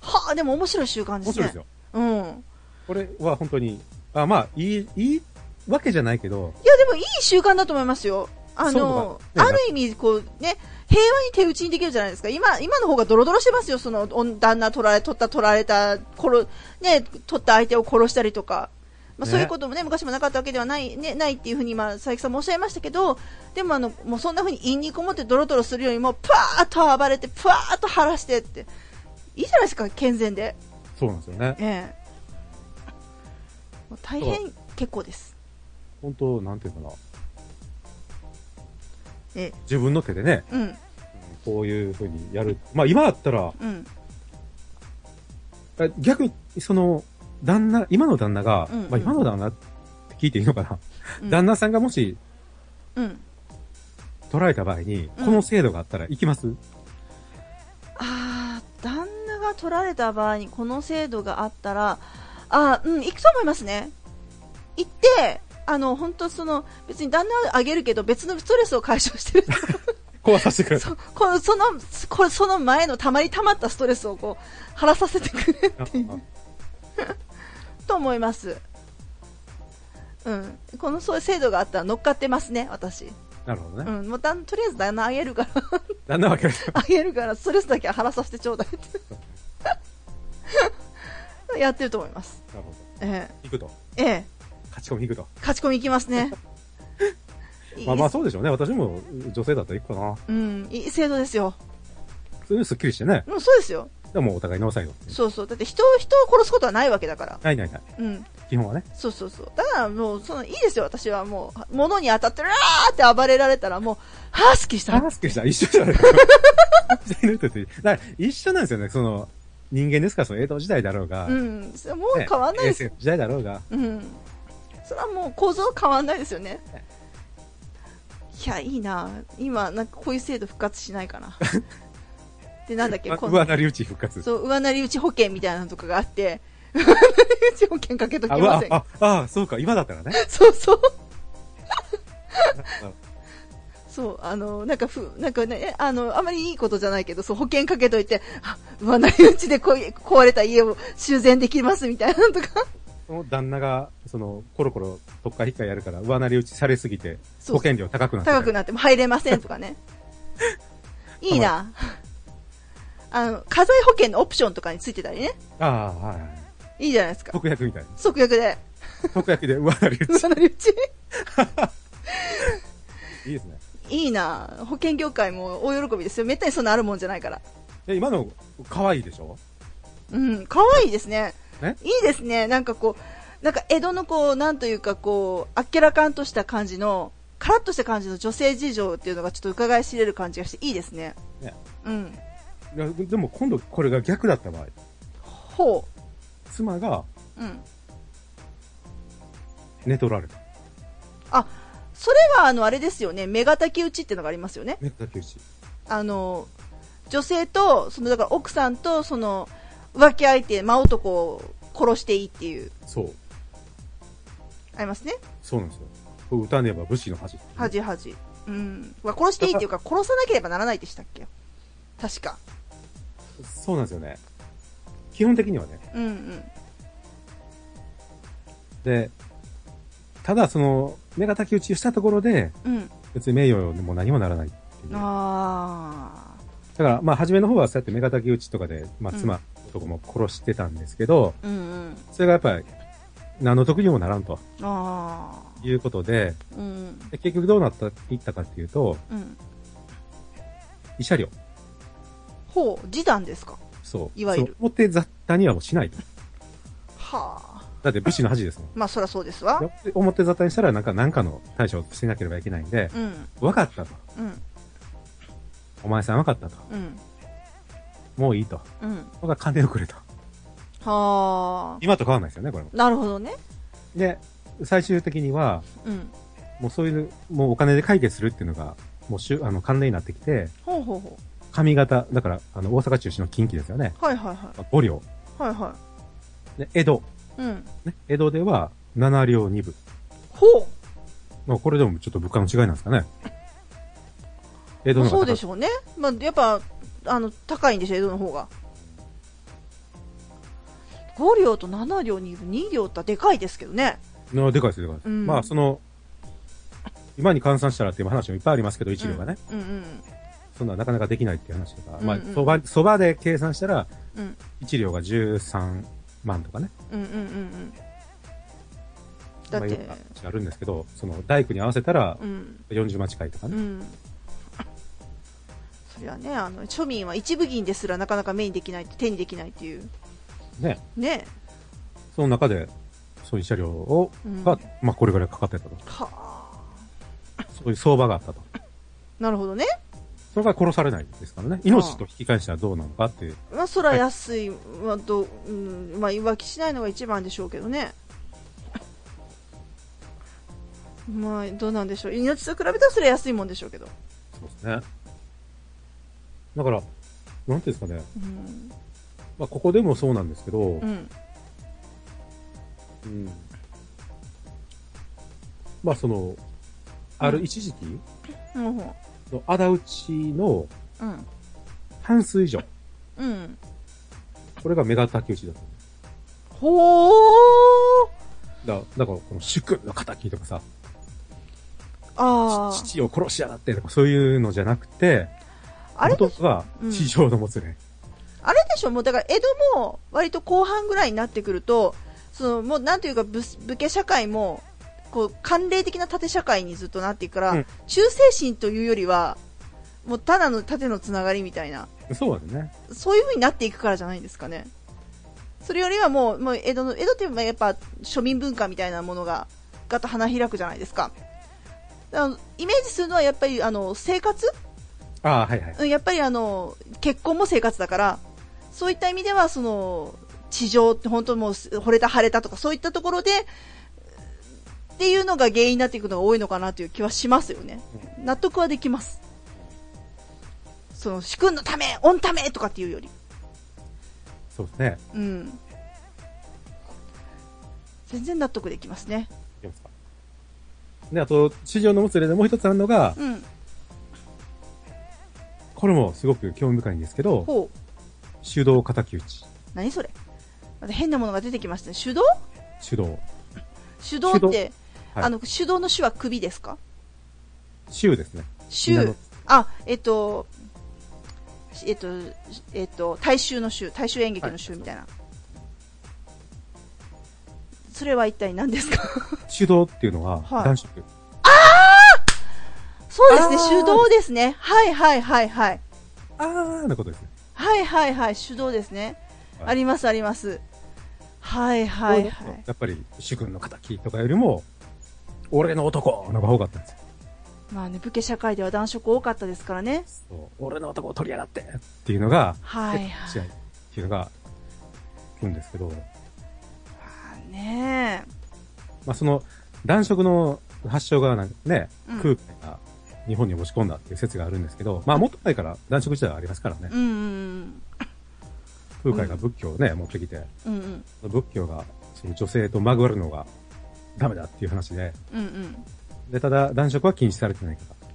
C: はあ、でも面白い習慣で
B: 面
C: すね。
B: 白いですよ。
C: うん。
B: これは本当に、あ、まあ、いい、いいわけじゃないけど、
C: いや、でもいい習慣だと思いますよ。あ
B: そ
C: の、
B: うだね
C: ある意味、こうね、平和に手打ちにできるじゃないですか。今、今の方がドロドロしてますよ。その、お旦那取られ、取った、取られた、殺、ね、取った相手を殺したりとか。まあ、
B: ね
C: そういうこともね、昔もなかったわけではない、ね、ないっていうふうに、まあ、佐伯さんもおっしゃいましたけど、でもあの、もうそんなふうに陰にこもってドロドロするよりも、ぷわーっと暴れて、ぷわーっと晴らしてって、いいじゃないですか、健全で。
B: そうなんですよね。
C: ええ。もう大変結構です。
B: 本当、なんていうかな。
C: え
B: 自分の手でね、
C: え。うん、
B: こういうふうにやる。まあ今だったら、
C: うん、
B: あ逆に、その、旦那、今の旦那が、
C: うんうん
B: まあ今の旦那って聞いていいのかな、
C: うん
B: 旦那さんがもし
C: うん。
B: 取られた場合に、
C: うん
B: この制度があったら行きます、
C: ああ、旦那が取られた場合にこの制度があったら、あーうん、行くと思いますね。行って、あの、本当その、別に旦那はあげるけど、別のストレスを解消してる。
B: 壊させてくれる。
C: そこのその、こその前のたまりたまったストレスをこう、晴らさせてくれる
B: ああ
C: と思います。うん。このそういう制度があったら乗っかってますね、私。
B: なるほど
C: う
B: ね。
C: ん。もうだん、とりあえず旦那あげるから。
B: 旦那はける。
C: [laughs] あげるからストレスだけは晴らさせて [laughs] ちょうだいって。やってると思います。
B: なるほど。
C: え
B: 行くと。
C: え。ええ。
B: 勝ち込み行くと。
C: 勝ち込みいきますね。い
B: [laughs]
C: い
B: まあまあそうでしょうね。私も女性だったら行くかな。
C: うん、いい制度ですよ。
B: そういうすっきりしてね。
C: うん、そうですよ。
B: でもお互いノーサイド。
C: そうそう。だって人を、人を殺すことはないわけだから。
B: ないないない。
C: うん。
B: 基本はね。
C: そうそうそう。だからもう、その、いいですよ、私はもう、物に当たって、うわーって暴れられたら、もう、はぁ、すっきりし
B: あ
C: た。
B: ーすっきりした。一緒じゃないか。 [laughs] 一緒にいるって言ってだから一緒なんですよね。その、人間ですから、その江戸時代だろうが。
C: う
B: ね
C: ん。それはもう変わんないです
B: 平成時代だろうが。
C: うん。それはもう構造変わんないですよね。いや、いいな。今、なんかこういう制度復活しないかな。で、なんだっ
B: [laughs]
C: け、
B: あ
C: こ
B: 上
C: の
B: なり打ち復活。
C: そう、上なり打ち保険みたいなのとかがあって、上なり打ち保険かけとき
B: あ、
C: ま
B: わ
C: せんか。
B: あ、あ、あ、そうか、今だったらね。
C: そうそう。そう、あの、なんかふ、なんかね、あの、あまりいいことじゃないけど、そう、保険かけといて、あ上なり打ちでこう壊れた家を修繕できますみたいなのとか。
B: その旦那が、その、コロコロ、とっかひっかやるから、上なり打ちされすぎて、
C: そう
B: 保険料高くなって。
C: 高くなっても入れませんとか [laughs] ね。いいな。あの、家財保険のオプションとかについてたりね。
B: ああ、はいはい。
C: いいじゃないですか。
B: 特約みたいな。
C: 即約 [laughs] で。
B: 特約で上なり打
C: そのうち。
B: ち。いいですね。
C: いいな。保険業界も大喜びですよ。めったにそんなあるもんじゃないから。
B: え、今の、可愛いでしょ
C: うん、可愛いですね。
B: ね
C: いいですね。なんかこう、なんか江戸のこう、なんというかこう、あっけらかんとした感じの、カラッとした感じの女性事情っていうのがちょっと伺い知れる感じがしていいですね。
B: ね
C: うん。
B: いやでも今度これが逆だった場合、
C: ほ
B: 妻が
C: う。うん。
B: 寝取られた。
C: あ、それはあの、あれですよね。目がき打ちっていうのがありますよね。
B: 寝たき打ち。
C: あの、女性と、その、だから奥さんと、その、浮気相手、真男を殺していいっていう、
B: そう。
C: ありますね。
B: そうなんですよ。これ歌ねば武士の恥。
C: 恥恥。うん。まあ殺していいっていうか、殺さなければならないでしたっけ確か。
B: そうなんですよね。基本的にはね。
C: うんうん。
B: で、ただその、目がき打ちしたところで、
C: うん。
B: 別に名誉にも何もならないっていう。だ
C: あ
B: から、まあ、初めの方はそうやって目がき打ちとかで、まあ、
C: うん
B: 妻、男も殺してたんですけど、
C: あ。うんうん。
B: それがやっぱり、何の得にもならんと
C: ああ。
B: いうことで、
C: うん。
B: で結局どうなった、いったかっていうと、
C: うん。
B: 慰謝料。
C: ほう、示談ですか
B: そう。
C: いわゆる
B: その表雑多にはもうしないと。
C: はあ。
B: だって武士の恥ですもん。 [laughs]
C: まあ、そらそうですわ。
B: で表沙汰にしたらなんか、なんかの対処をしなければいけないんで、
C: うん。
B: 分かったと。
C: うん。
B: お前さん分かったと。
C: うん。
B: もういいと。
C: うん。
B: 僕は金をくれと。
C: は
B: 今と変わんないですよね、これも。
C: あ。なるほどね。
B: で、最終的には、
C: うん。
B: もうそういう、もうお金で解決するっていうのが、もうしゅ、あの、関連になってきて、
C: ほうほうほ
B: 髪型、だから、あの、大阪中心の近畿ですよね。
C: う。はいはいは
B: まあ5両。
C: い。はいは
B: で、江戸。
C: い。うん。
B: ね、江戸では7両2分。
C: ほう。
B: まあ、これでもちょっと物価の違いなんですか
C: [laughs]
B: ね。江戸
C: ま
B: の方が高
C: あ
B: い
C: そうでしょうね。まあ、やっぱ、あの、高いんでしょ、江戸の方が。5両と7両に2両ってでかいですけどね。
B: なでかいですよ、でかいです。
C: うん
B: まあ、その、今に換算したらっていう話もいっぱいありますけど、1両がね。
C: うん
B: そんななかなかできないっていう話とか。まあ
C: うんうん、
B: そば、そばで計算したら、
C: うんうん。
B: 1両が13万とかね。
C: うんうんうんうんうん。だ
B: ま
C: っ
B: あ、い
C: て
B: ろんな、話あるんですけど、その、大工に合わせたら
C: う、ん。
B: 40万近いとか
C: う
B: ね。
C: ん。そりゃね、あの、庶民は一部銀ですらなかなかメインできないって、手にできないっていう。
B: ね。
C: ね。
B: その中で、そういう車両を、
C: うん
B: が、まあ、これぐらいかかってたと。
C: はあ。
B: そういう相場があったと。
C: なるほどね。
B: それから殺されないですからね。命と引き返したらどうなのかっていう。
C: まあ、そりゃ安い、まあ、どううん、まあ、浮気しないのが一番でしょうけどね。まあ、どうなんでしょう。命と比べたらそれ安いもんでしょうけど。
B: そうですね。だから、なんていうんですかね。
C: うん。
B: まあ、ここでもそうなんですけど、
C: うん。
B: うんまあその、ある一時期
C: うんほ
B: の仇討ちの
C: う。うん。
B: 半数以上、
C: うん。
B: これが目立った敵討ちだと思
C: ほー
B: う。だだから、この主君の仇とかさ、
C: あ
B: 父父を殺しやがってとかそういうのじゃなくて、
C: あ。あれで
B: 元
C: しょ
B: は
C: うん
B: 地上のもつれ。
C: あれでしょもうだから江戸も割と後半ぐらいになってくると、そのもうなんていうか武武家社会も、こう、慣例的な縦社会にずっとなっていくから、
B: うん
C: 忠誠心というよりは、もうただの縦のつながりみたいな、
B: そうだね。
C: そういう風になっていくからじゃないですかね。それよりはもう、もう江戸の、江戸ってまあやっぱ庶民文化みたいなものが、ガッと花開くじゃないですか。あのイメージするのはやっぱりあの生活
B: ああ、はいはい。
C: うんやっぱりあの結婚も生活だからそういった意味ではその地上って本当もう惚れた晴れたとかそういったところでっていうのが原因になっていくのが多いのかなという気はしますよね、納得はできますその主君のため御ためとかっていうより
B: そうですね。
C: うん全然納得できますね
B: いきますか。で、あと、地上のもつれでもう一つあるのが、
C: うん
B: これもすごく興味深いんですけど、
C: ほう
B: 手動敵討ち。
C: 何それまた変なものが出てきましたね手動
B: 手動。
C: 手動
B: 手
C: って
B: 動はい
C: あの手動の手は首ですか
B: 州ですね。皆
C: 州
B: の、
C: あ、えっと、しえっと、しえっと、大衆の州、大衆演劇の州みたいな。それは一体何ですか
B: [laughs] 手動っていうのは
C: はい
B: 男色。
C: そうですね、
B: あー
C: 手動ですね。はいはいはいはい。
B: あーなことですね。
C: はいはいはい、手動ですね。
B: はい
C: ありますあります。はいはい
B: こう
C: は
B: うの
C: い。
B: やっぱり主君の敵とかよりも、俺の男の方が多かったんですよ。
C: まあね、武家社会では男色多かったですからね。
B: そう俺の男を取りやがってっていうのが、
C: はいはい
B: 試合。っていうのが、いるんですけど、
C: まあね
B: まあその、男色の発祥がなんかね、
C: うん
B: 空海が日本に持ち込んだっていう説があるんですけど、まあもっと前から男色時代はありますからね
C: う、んうん
B: 空海が仏教をね、持ってきて、
C: うん。うんうん。
B: 仏教がその女性とまぐわるのがダメだっていう話で、
C: うんうん。
B: で、ただ男色は禁止されてないから、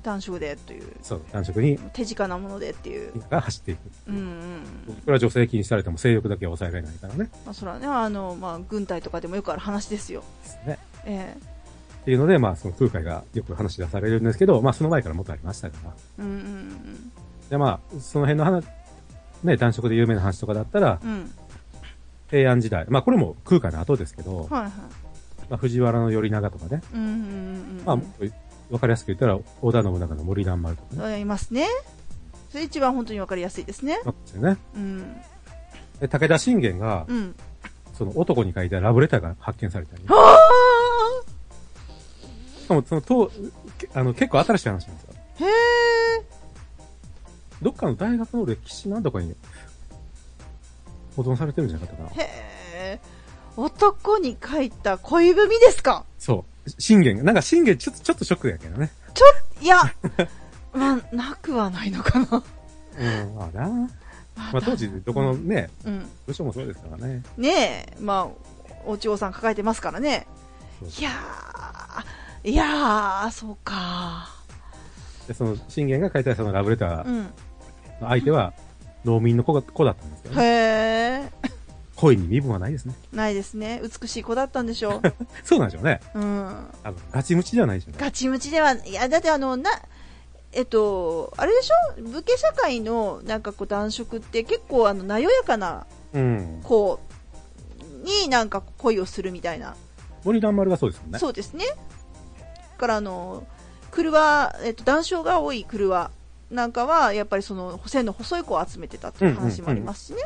C: 男色でという。
B: そう、男色に
C: 手近なものでっていう。
B: が走っていく。
C: うんうん。
B: それは女性禁止されても性欲だけは抑えられないからね。
C: まあ、それはね、あの、まあ、軍隊とかでもよくある話ですよ。
B: ね。
C: え
B: っていうので、まあ、その空海がよく話し出されるんですけど、まあ、その前からもっとありましたから。
C: えうんうん
B: で、まあ、その辺の話、ね、男色で有名な話とかだったら
C: う、ん。うん。
B: 平安時代、まあ、これも空海の後ですけど、
C: はいはい。
B: まあ、藤原の頼長とかね、
C: うんうんうん。
B: まあ、もっとわかりやすく言ったら、織田信長の森蘭丸とかね、
C: あ、いますね。それ一番本当にわかりやすいですね。
B: まあ、こっちね。
C: うん。
B: で、武田信玄が、
C: うん。
B: その男に書いたラブレターが発見されたり、
C: はあ
B: しかも、その、当あの、結構新しい話なんですよ。
C: へえ。
B: どっかの大学の歴史なんとかに保存されてるんじゃなかったかな。
C: へえ。男に書いた恋文ですか
B: そう。信玄。なんか信玄ちょっと、ちょっとショックやけどね。
C: ちょ、いや、まあ、なくはないのかな。
B: うん、まあな。まあ当時、どこのね、
C: うん。
B: 部署もそうですからね。
C: ねえ、まあ、お嬢さん抱えてますからね。
B: そう
C: いやー、いやー、そうか。
B: でその信玄が書いたそのラブレター
C: う
B: の
C: ん。
B: 相手は、農民の子が子だったんですけど、ね、
C: へえ。
B: 恋に身分はないですね。
C: ないですね。美しい子だったんでしょ
B: そうなんでしょうね。 [laughs]
C: う。うん。
B: あの、ガチムチではないでしょうね。
C: ガチムチでは、いや、だってあの、な、えっと、あれでしょ武家社会の、なんかこう、男色って結構、あの、なよやかな
B: うん。
C: 子に、なんか恋をするみたいな。
B: 森蘭丸がそうですもんね。
C: そうですね。だからあの、車、えっと、談笑が多い車なんかは、やっぱりその、線の細い子を集めてたっていう話もありますしね。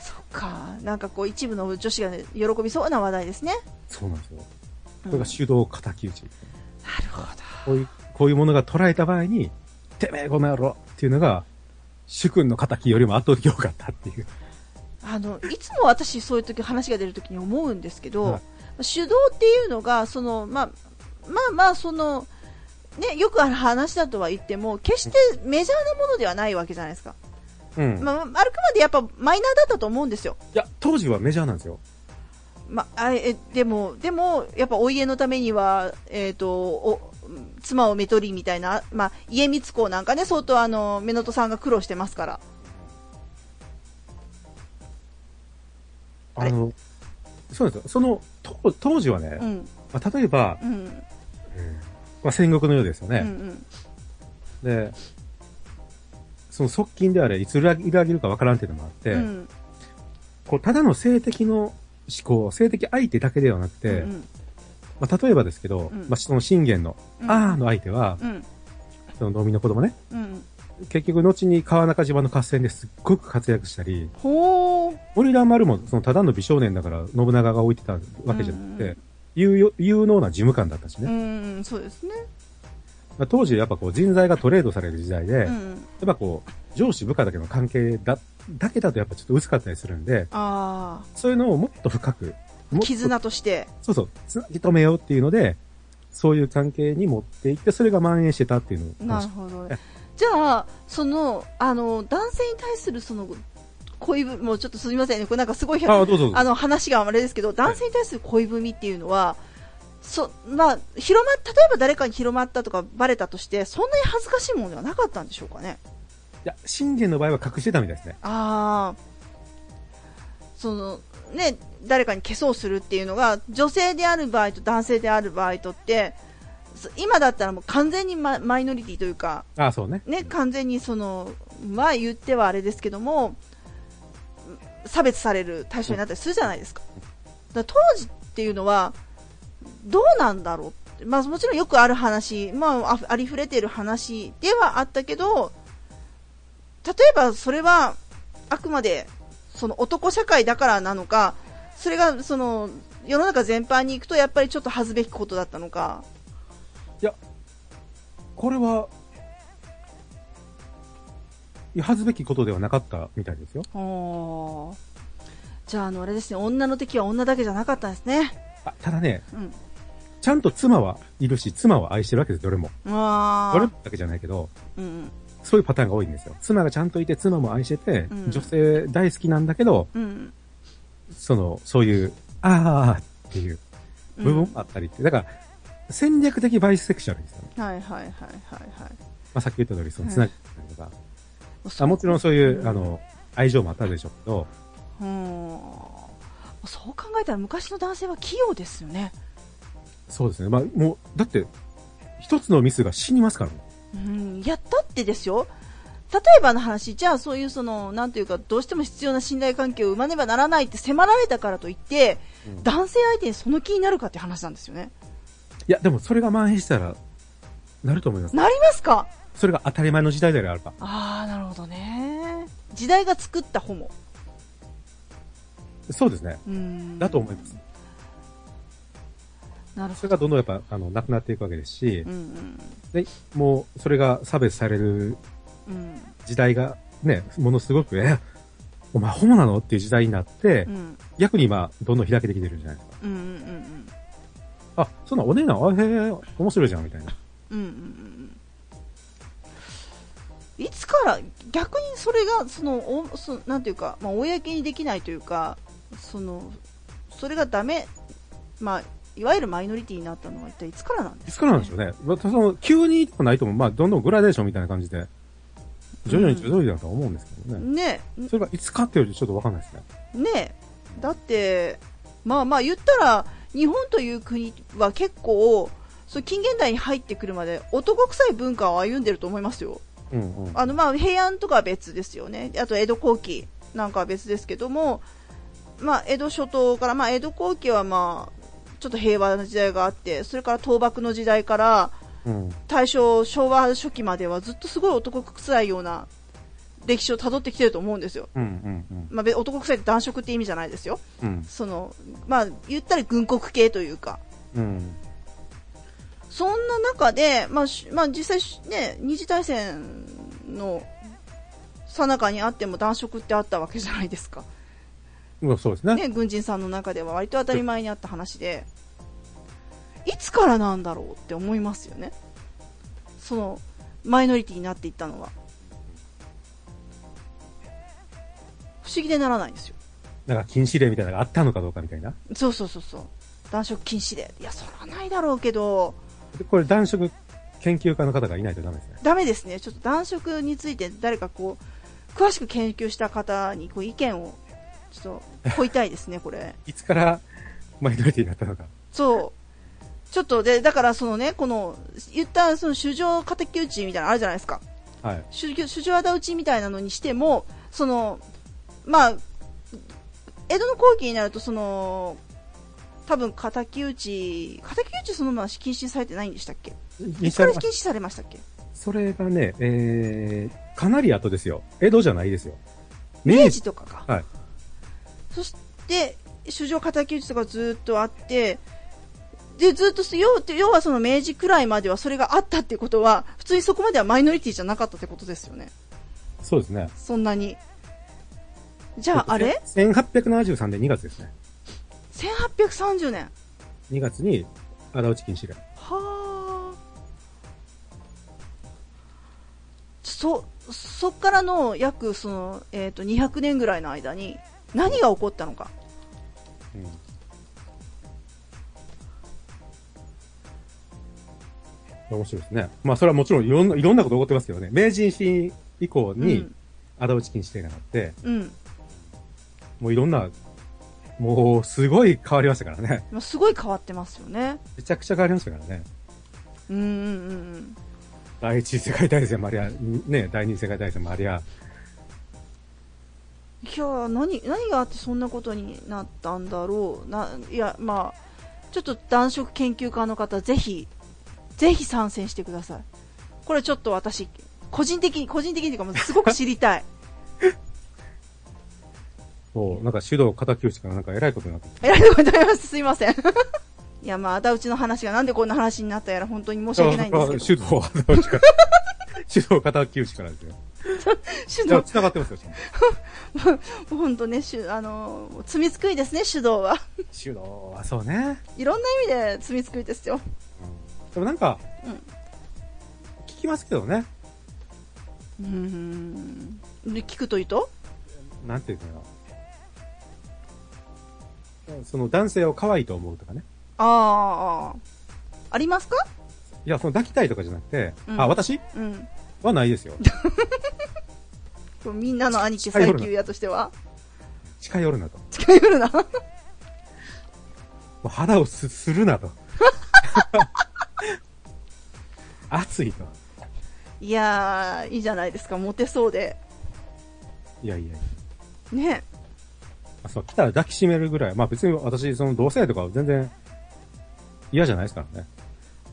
C: そっか、なんかこう、一部の女子が、ね、喜びそうな話題ですね。
B: そうなんですよ。こ
C: うん
B: れが主導敵討ち。
C: なるほど。
B: こういう、こういうものが捉えた場合に、てめえこの野郎っていうのが、主君の敵よりも圧倒的に多かったっていう。
C: あのいつも私、そういう時話が出る時に思うんですけど、
B: は
C: 主導っていうのがその、まあ、まあまあその、ね、よくある話だとは言っても決してメジャーなものではないわけじゃないですか、
B: うん。
C: まあ、まああるくまでやっぱマイナーだったと思うんですよ、
B: いや、当時はメジャーなんですよ。
C: まあ、あえでもでもやっぱお家のためには、えー、とお妻をめとりみたいな、まあ、家光公なんかね相当あの目のとさんが苦労してますから。
B: あの、そうなんですよ。その、と当時はね、
C: うん
B: まあ、例えば、
C: うん
B: まあ、戦国のようですよ
C: うんう
B: ね。
C: ん
B: で、その側近であれ、いつ裏切裏切るかわからんっていうのもあって、
C: うん
B: こう、ただの性的の思考、性的相手だけではなく
C: う
B: て、
C: ん
B: まあ、例えばですけど、
C: うん
B: まあ、その信玄の、
C: うん
B: あーの相手は、
C: うん
B: その農民の子供ね、
C: うん
B: 結局、後に川中島の合戦ですっごく活躍したり、
C: ほう。
B: 森田丸も、その、ただの美少年だから、信長が置いてたわけじゃなくて、
C: うん
B: 有用有能な事務官だったしね。
C: うん、そうですね。
B: まあ、当時やっぱこう人材がトレードされる時代で、
C: う
B: やっ
C: ん。
B: ぱこう、上司部下だけの関係だ、だけだとやっぱちょっと薄かったりするんで、
C: あ
B: そういうのをもっと深く、もっ
C: あ、
B: と
C: 絆として。
B: そうそう、つなぎ止めようっていうので、そういう関係に持っていって、それが蔓延してたっていうのを
C: なるほど。じゃあ、その、あの、男性に対するその、恋文、もうちょっとすみませんね。これなんかすごい、
B: あ
C: あ
B: あ、どうぞどうぞ。
C: の、話があれですけど、男性に対する恋文っていうのは、そ、まあ、広ま、例えば誰かに広まったとかバレたとして、そんなに恥ずかしいものではなかったんでしょうかね。
B: いや、信玄の場合は隠してたみたいですね。
C: ああ、その、ね、誰かに化粧するっていうのが、女性である場合と男性である場合とって、そ今だったらもう完全にママイノリティというか、
B: ああ、そうね。
C: ね、完全にその、まあ言ってはあれですけども、差別される対象になったりするじゃないですか。だから当時っていうのは、どうなんだろうってまあもちろんよくある話、まああありふれてる話ではあったけど、例えばそれはあくまでその男社会だからなのか、それがその世の中全般に行くとやっぱりちょっと恥ずべきことだったのか。
B: これは、いや恥ずべきことではなかったみたいですよ。
C: おーじゃあ、あの、あれですね、女の敵は女だけじゃなかったんですね。
B: あただね、
C: うん。
B: ちゃんと妻はいるし、妻は愛してるわけです、どれも。
C: うわ
B: どれもだけじゃないけど、
C: うん
B: そういうパターンが多いんですよ。妻がちゃんといて、妻も愛してて、
C: うん
B: 女性大好きなんだけど、
C: うん。うん。
B: その、そういう、あーっていう
C: うん
B: 部分もあったりって。だから、戦略的バイセクシャルですよね。
C: はいはいはいはいはい。
B: まあ、さっき言った通り、その、
C: うん
B: つなぎたりとか。
C: そ
B: あもちろんそういう、
C: うん
B: あの、愛情もあったでしょうけど、
C: うん。そう考えたら昔の男性は器用ですよね。
B: そうですね。まあ、もう、だって、一つのミスが死にますからね。
C: うん。いやったってですよ。例えばの話、じゃあそういうその、なんというか、どうしても必要な信頼関係を生まねばならないって迫られたからといって、
B: うん
C: 男性相手にその気になるかって話なんですよね。
B: いや、でもそれが蔓延したら、なると思います。
C: なりますか
B: それが当たり前の時代であれば。
C: ああ、なるほどね。時代が作ったホモ。
B: そうですね。
C: うん
B: だと思います。
C: なる
B: それ
C: ほど。
B: がどんどんやっぱ、あの、なくなっていくわけですし
C: う、んうん
B: で、もう、それが差別される
C: うん。
B: 時代がね、ものすごく、え、お前ホモなのっていう時代になって、
C: うん。
B: 逆に今、どんどん開けてきてるんじゃないですか。
C: うん。うん。
B: あ、そんなんおねえな、あへえ、面白いじゃん、みたいな。
C: うん。うん。うん。いつから、逆にそれが、その、おそなんていうか、まあ、公にできないというか、その、それがダメ、まあ、いわゆるマイノリティになったのは一体いつからなんで
B: い
C: す
B: つ
C: か、
B: からなんでしょうね。またその、急にとかないとも、まあ、どんどんグラデーションみたいな感じで、徐々に徐々にだとは思うんですけどね。
C: ね
B: それがいつかっていうよりちょっとわかんないですね。
C: ねえだってまあまあ言ったら日本という国は結構そう近現代に入ってくるまで男臭い文化を歩んでると思いますよ
B: うんうん。
C: あのまあ平安とかは別ですよねあと江戸後期なんかは別ですけどもまあ江戸初頭からまあ江戸後期はまあちょっと平和な時代があってそれから倒幕の時代から
B: うん。
C: 大正昭和初期まではずっとすごい男臭いような歴史をたどってきてると思うんですよ、
B: うんうんうん。
C: まあ、べ男臭いって男色って意味じゃないですよ
B: うん。
C: そのまあ言ったら軍国系というか
B: うん。
C: そんな中で、まあしまあ、実際し、ね、二次大戦の最中にあっても男色ってあったわけじゃないですか、
B: うん、そうですね。
C: ね、軍人さんの中では割と当たり前にあった話でいつからなんだろうって思いますよねそのマイノリティになっていったのは不思議でならないんですよ
B: なんか禁止令みたいなのがあったのかどうかみたいな。
C: そうそうそうそう男色禁止でいやそらないだろうけど
B: でこれ男色研究家の方がいないとダメですね。
C: ダメですね、ちょっと男色について誰かこう詳しく研究した方にこう意見をちょっと問いたいです [laughs] ね、これ。
B: いつからマイノリティになったのか。
C: そうちょっとでだからそのねこの言ったその主情敵討ちみたいなのあるじゃないですか
B: はい。
C: 主主情仇討ちみたいなのにしてもそのまあ江戸の後期になるとその多分敵討ち敵討ちそのまま禁止されてないんでしたっけいつから禁止されましたっけ
B: それがね、えー、かなり後ですよ。江戸じゃないですよ。
C: 明治とかか、
B: はい
C: そして主情敵討ちとかずっとあってでずっとす要要はその明治くらいまではそれがあったっていうことは普通にそこまではマイノリティじゃなかったってことですよね
B: そうですね。
C: そんなにじゃああれ
B: ?1873 年2月ですね。
C: 1830年
B: 2月に、あだ討ち禁止令。
C: はあそそっからの約その、えー、と200年ぐらいの間に何が起こったのか
B: 面白いですね。まあ、それはもちろんいろんな、いろんなこと起こってますけどね。明治維新以降
C: う
B: に
C: ん、
B: あだ討ち禁止令がなって、
C: うん
B: もういろんな、もう、すごい変わりましたからね。
C: まあすごい変わってますよね。
B: めちゃくちゃ変わりましたからね。
C: うんうんうんうん。
B: 第一次世界大戦もありゃ、ね、第二次世界大戦もありゃ、
C: いやー何何があってそんなことになったんだろうないやまあちょっと男色研究家の方ぜひぜひ参戦してくださいこれちょっと私個人的に個人的にというかもうすごく知
B: [laughs]
C: りたい
B: そう、なんか主導敵討ちからなんか偉いことになってきて
C: えらいことになりますすいません [laughs] いやまああだうちの話がなんでこんな話になったやら本当に申し訳ないんですけど
B: 主導敵討ち
C: [laughs]
B: から。主導敵討ちからですよ。
C: 主
B: じゃあ、
C: 導
B: 繋がってますよ、ちゃんと
C: 本当ね主あのー罪作りですね主導は
B: 主導はそうね。
C: いろんな意味で罪作りですよ
B: でもなんか、
C: うん
B: 聞きますけどね。
C: うーんで聞くというと
B: なんていうかな。その男性を可愛いと思うとかね。
C: あーあーありますか
B: いや、その抱きたいとかじゃなくて、
C: うん
B: あ、私
C: うん
B: はない
C: [laughs]
B: ですよ。
C: これみんなの兄貴最級やとしては
B: 近寄るなと。も
C: 近寄るな
B: う肌をす、する
C: [laughs]
B: なと。熱いと。
C: いやーいいじゃないですかモテそうで
B: いやいやいや。
C: ね
B: あそう、来たら抱きしめるぐらい。まあ別に私、その同性とかは全然嫌じゃないですからね。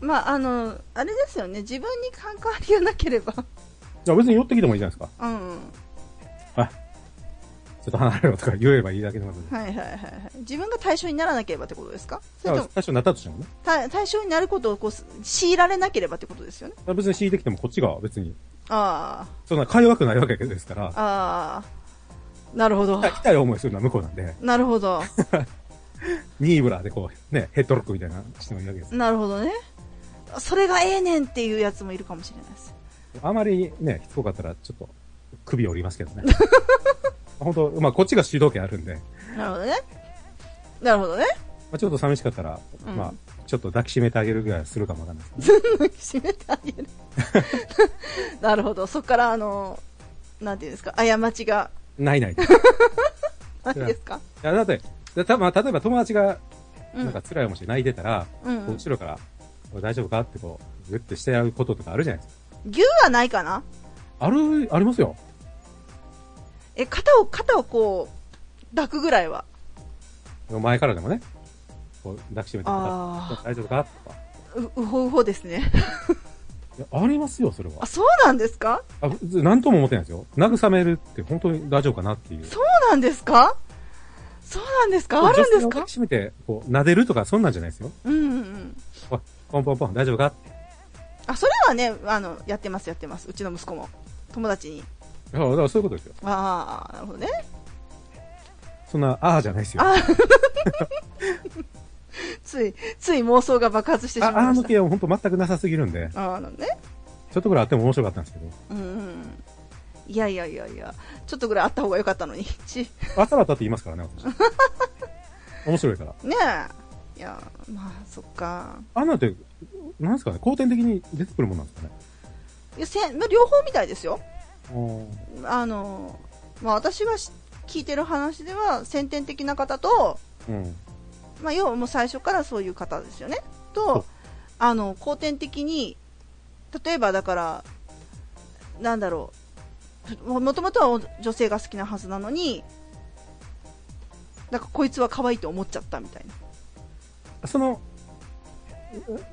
C: まああのあれですよね自分に関わりがなければ
B: じゃあ別に寄ってきてもいいじゃないですか。
C: うんうん
B: ちょっと離れろとか言えばいいだけなので。
C: はいはいはいはい自分が対象にならなければってことですかそ
B: だ
C: れ
B: か
C: と
B: ら
C: も
B: 最初になったとしてもね。
C: た対象になることをこうす強いられなければってことですよね
B: 別に敷いてきてもこっちが別に
C: あ
B: そんなか弱くないわけですから
C: あ、、ああ、なるほど。
B: 痛い思いするのは向こうなんで、
C: なるほど。
B: ニーブラでこう、ね、ヘッドロックみたいなのしてもいいわけです。
C: なるほどね。それがええねんっていうやつもいるかもしれないです。
B: あまりね、しつこかったら、ちょっと、首折りますけど
C: [laughs]
B: ね。本当まあ、こっちが主導権あるんで、ま
C: なるほどね。なるほどね。
B: あ、ちょっと寂しかったら、
C: うん
B: まあ、ちょっと抱きしめてあげるぐらいするかもわかんないですね。
C: 抱きしめてあげる。 [laughs] なるほど。そっから、あの、なんていうんですか、過ちが、
B: ないない。い
C: 何ですか
B: や、だって、だたまあ、例えば友達が、
C: う
B: なんか辛い思いして泣いてたら、
C: うんうん
B: 後ろから、おい大丈夫かってこう、グッてしてやることとかあるじゃないですか。
C: 牛はないかな
B: ある、ありますよ。
C: え、肩を、肩をこう、抱くぐらいは。
B: 前からでもね、こう、抱きしめて
C: あ
B: 大丈夫かとか。
C: う、うほうほですね。 [laughs]
B: いや、ありますよ、それ
C: あ、
B: は。
C: そうなんですか
B: あ、なんとも思ってないですよ。慰めるって本当に大丈夫かなっていう。
C: そうなんですかそうなんですかあるんです
B: 女性を抱
C: か
B: きしめて、こう、撫でるとか、そんなんじゃないですよ。
C: うんうんうん。
B: おい、ポンポンポン、大丈夫かって
C: あ、それはね、あの、やってます、やってます。うちの息子も。友達に。
B: いやだからそういうことですよ。
C: ああ、なるほどね。
B: そんな、ああじゃないですよ。
C: あつい、つい妄想が爆発してしま
B: あ
C: い
B: あ
C: ま
B: の
C: した。
B: 系は本当全くなさすぎるんで、
C: ああのね。
B: ちょっとぐらいあっても面白かったんですけど、
C: うんうん。いやいやいやいや。ちょっとぐらいあった方が良かったのに。 [laughs] ち、
B: あったらあったって言いますからね、
C: [laughs]
B: 私。面白いから。
C: ねえ。いや、まあ、そっか。
B: あんなんて、なんですかね、後天的に出てくるもんなんですかね。
C: いや、せん、まあ両方みたいですよ。
B: お
C: あの、まあ私がし聞いてる話では、先天的な方と、
B: うん。
C: まあ、要はもう最初からそういう方ですよね。と、あの、後天的に、例えばだから、なんだろう、ももともとはお女性が好きなはずなのに、なんかこいつは可愛いと思っちゃったみたいな。
B: その、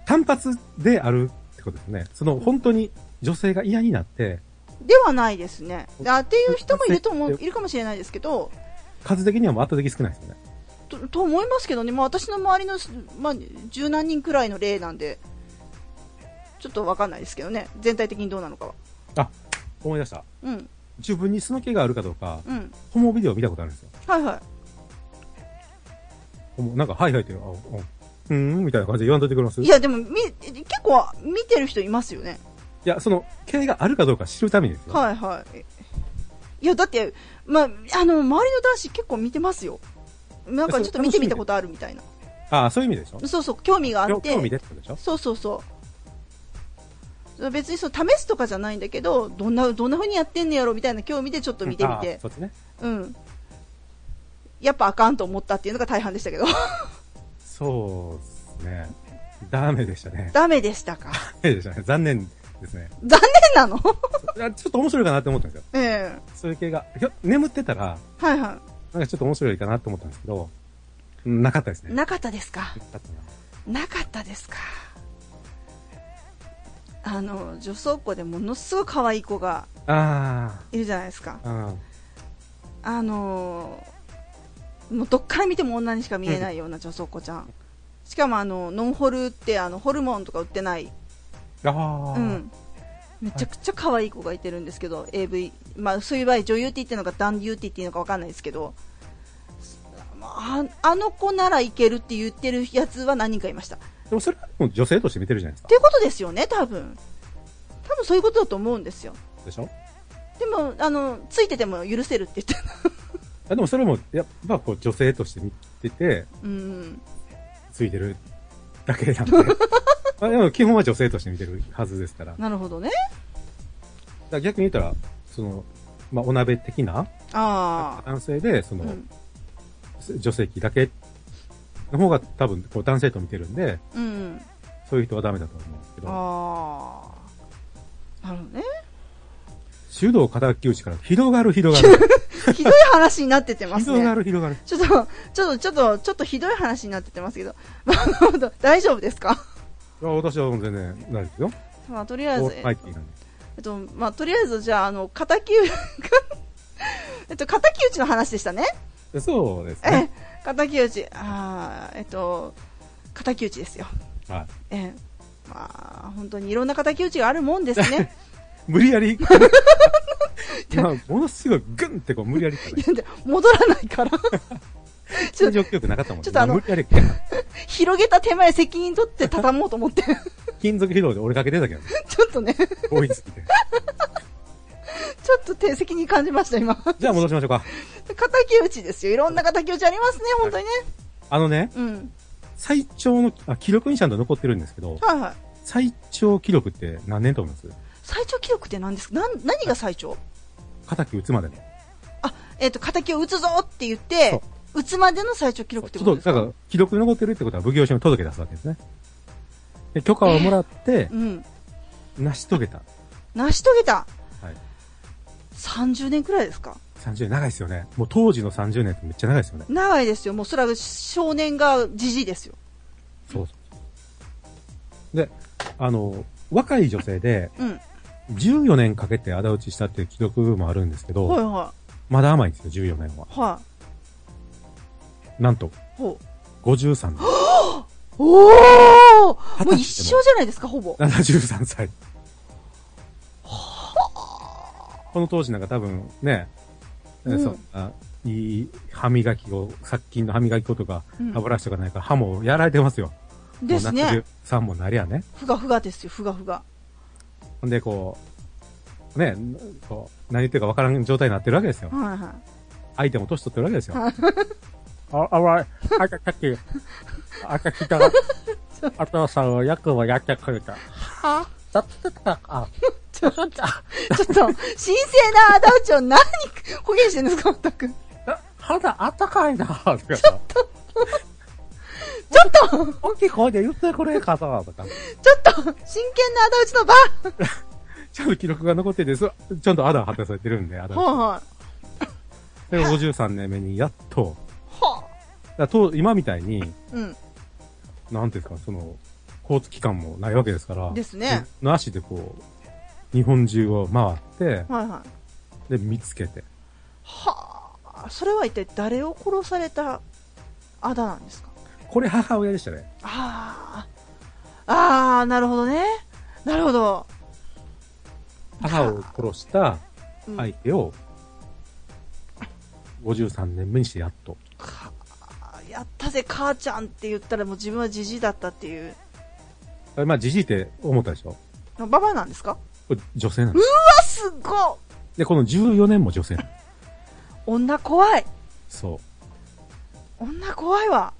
B: 単発であるってことですね。その、本当に女性が嫌になって、
C: ではないですね。あっていう人もいると思う、
B: え
C: いるかもしれないですけど、
B: 数的にはもう圧倒的に少ないですよね。
C: とと思いますけどね、まあ、私の周りの、まあ、十何人くらいの例なんで、ちょっとわかんないですけどね、全体的にどうなのかは。
B: あ、思い出した。
C: うん、
B: 自分にその毛があるかどうか、
C: うん。
B: ホモビデオ見たことあるんですよ。
C: はいはい。
B: ホモなんか、はいはいって、あ、うん、うーん、みたいな感じで言わんといてくれます
C: い
B: いや、
C: や、でも、み、結構、見てる人いますよね。
B: その、毛があるかどうか知るためにですよ。
C: はいはい。いや、だって、まあ、あの、周りの男子結構見てますよ。なんかちょっと見てみたことあるみたいな。
B: ああ、そういう意味でしょ
C: そうそう、興味があっ
B: 興
C: て。
B: 興味でってことでしょ
C: そうそうそう。別にそう試すとかじゃないんだけど、どんな、どんな風にやってんのやろみたいな興味でちょっと見てみ
B: ああ
C: て。
B: そっちね。
C: うん。やっぱあかんと思ったっていうのが大半でしたけど。 [laughs]
B: そうですね。ダメでしたね。
C: ダメでしたか。
B: ダ
C: [laughs]
B: メでしたね。残念ですね。
C: 残念なの [laughs]
B: いやちょっと面白いかなって思ったんですよ。
C: ええ
B: そういう系が。ひょ眠ってたら、
C: はいは
B: なんかちょっと面白いかなと思ったんですけど、うんなかったです
C: い。
B: ね。
C: なかったですか。
B: かったな
C: なかったですかあの女装子でものすごい可愛い子が
B: あ
C: いるじゃないですか
B: あ、うん。
C: あのーもうどっから見ても女にしか見えないような女装子ちゃんしかもあのノンホルってあのホルモンとか売ってない、
B: ああ、
C: うん、めちゃくちゃ可愛い子がいてるんですけど AV、まあ、そういう場合女優って言ってるのか男優って言ってるのかわかんないですけどああの子ならいけるって言ってるやつは何人かいました
B: でもそれはもう女性として見てるじゃないです
C: っ
B: か
C: て。いうことですよね、多分多分そういうことだと思うんですよ。
B: でしょ
C: でも、あの、ついてても許せるって言ってた。
B: あでもそれも、やっぱこう女性として見てて、
C: [laughs] うん。
B: ついてるだけ
C: [laughs]
B: なんで。あでも基本は女性として見てるはずですから。だか
C: なるほどね。
B: ら逆に言ったら、その、まあ、お鍋的な
C: あ
B: 男性で、そ
C: あ。
B: の、
C: [laughs] うん。
B: 女性器だけの方が多分こう男性と見てるんで、
C: うん。
B: そういう人はダメだと思うんですけど、
C: ああ。なるほどね。
B: 手動敵打ちから広がる広がる。
C: [laughs] ひどい話になっててます
B: 広が
C: ね。
B: る広がる。
C: ちょっと、ちょっと、ちょっと、ちょっとひどい話になっててますけど。 [laughs] なるほど。大丈夫ですか
B: いや、私は全然ないですよ。
C: まあ、とりあえ
B: オ
C: ず、
B: ールマイティーなんで。
C: えっと、まあ、とりあえず、じゃあ、あの、敵討ち、 [laughs] えっと、敵討ちの話でしたね。
B: でそうです
C: え
B: ね。
C: え、敵討ち、ああ、えっと、敵討ちですよ。
B: は
C: [laughs] ええ、まあ、本当にいろんな敵討ちがあるもんですね。
B: 無理やり。まあ、ものすごいグンってこう無理やり行ったね。
C: いや戻らないから。 [laughs] ちょ
B: 感情記憶なかったもんね。
C: ちょっとあの
B: 無理やり行ったから
C: 広げた手前責任取って畳もうと思って。
B: 金属疲労で俺かけてたけ
C: [laughs]
B: どね、
C: ちょっとね、ちょ
B: 多いすぎて。
C: っと定責任感じました、今。
B: じゃあ戻しましょうか。
C: 敵討ちですよ。いろんな敵討ちありますね、本当にね。
B: あのね、
C: うん。
B: 最長の、あ、記録にちゃんと残ってるんですけど、
C: はいはい。
B: 最長記録って何年と思います
C: 最長記録って何ですかなん何が最長
B: 敵打つまでの。
C: あ、えっ、と、敵を撃つぞって言って、撃つまでの最長記録って
B: ちょっ
C: こ
B: と、
C: とです
B: だか、
C: から
B: 記録に残ってるってことは奉行所に届け出すわけですね。で許可をもらって、
C: うん。
B: 成し遂げた。
C: 成し遂げた
B: はい。
C: 30年くらいですか
B: 30年長いですよね。もう当時の30年ってめっちゃ長いですよね。
C: 長いですよ。もうそれは少年がじじいですよ。
B: そうそう。で、あの、若い女性で、
C: うん。はい
B: 14年かけて仇討ちしたっていう記録もあるんですけど、
C: は
B: まだ甘いんですよ、14年は。
C: い。は
B: なんと、
C: い。ほう。
B: 53年。
C: おー
B: 歳
C: もう一生じゃないですか、ほぼ。
B: [laughs] 73歳。この当時なんか多分ね、
C: うん
B: そんな、いい歯磨きを、殺菌の歯磨き粉とか
C: うん、
B: 歯ブラシとかないから歯もやられてますよ。
C: です
B: も
C: ね
B: う。73もなりゃね。
C: ふがふがですよ、ふがふが。
B: ほんで、こう、ね、こう、何言ってるかわからん状態になってるわけですよ。
C: はいはい。
B: 相手も年取ってるわけですよ。
C: は
B: [laughs] あ、あわ、あたかき、あたき [laughs] が、お父さんを役をやってくれた。はぁだってた [laughs] か。
C: ちょっと、 [laughs] ちょっと、神聖なアダウチを何、こげんしてんですか、まったく。ち
B: 肌あったかいなぁ、とかさ。
C: ょっと、
B: [laughs] 大きい声で言ってくれんかさ、とか。
C: ちょっと、真剣なアダウチの場
B: ちゃんと記録が残ってて、そちゃんとアダ発表されてるんで、アダ。
C: は
B: で、53年目にやっと、
C: いはい。
B: だ
C: は
B: からと今みたいに、
C: あうん。
B: なんていうんですか、その、交通機関もないわけですから。
C: ですね。
B: の足でこう、日本中を回って、
C: はいは
B: で、
C: い。
B: 見つけて。
C: はあ、それは一体誰を殺されたアダなんですか
B: これ母親でしたね。
C: ああ、ああ、なるほどね。なるほど。
B: 母を殺した
C: うん
B: 相手を、53年目にしてやっと。
C: かやったぜ、母ちゃんって言ったらもう自分はじじいだったっていう。
B: あれまあ、じじいって思ったでしょ
C: ババアなんですか
B: これ女性なんです。
C: あ、すごい
B: で、この14年も女性なんです。
C: 女怖い
B: そう。
C: 女怖いわ。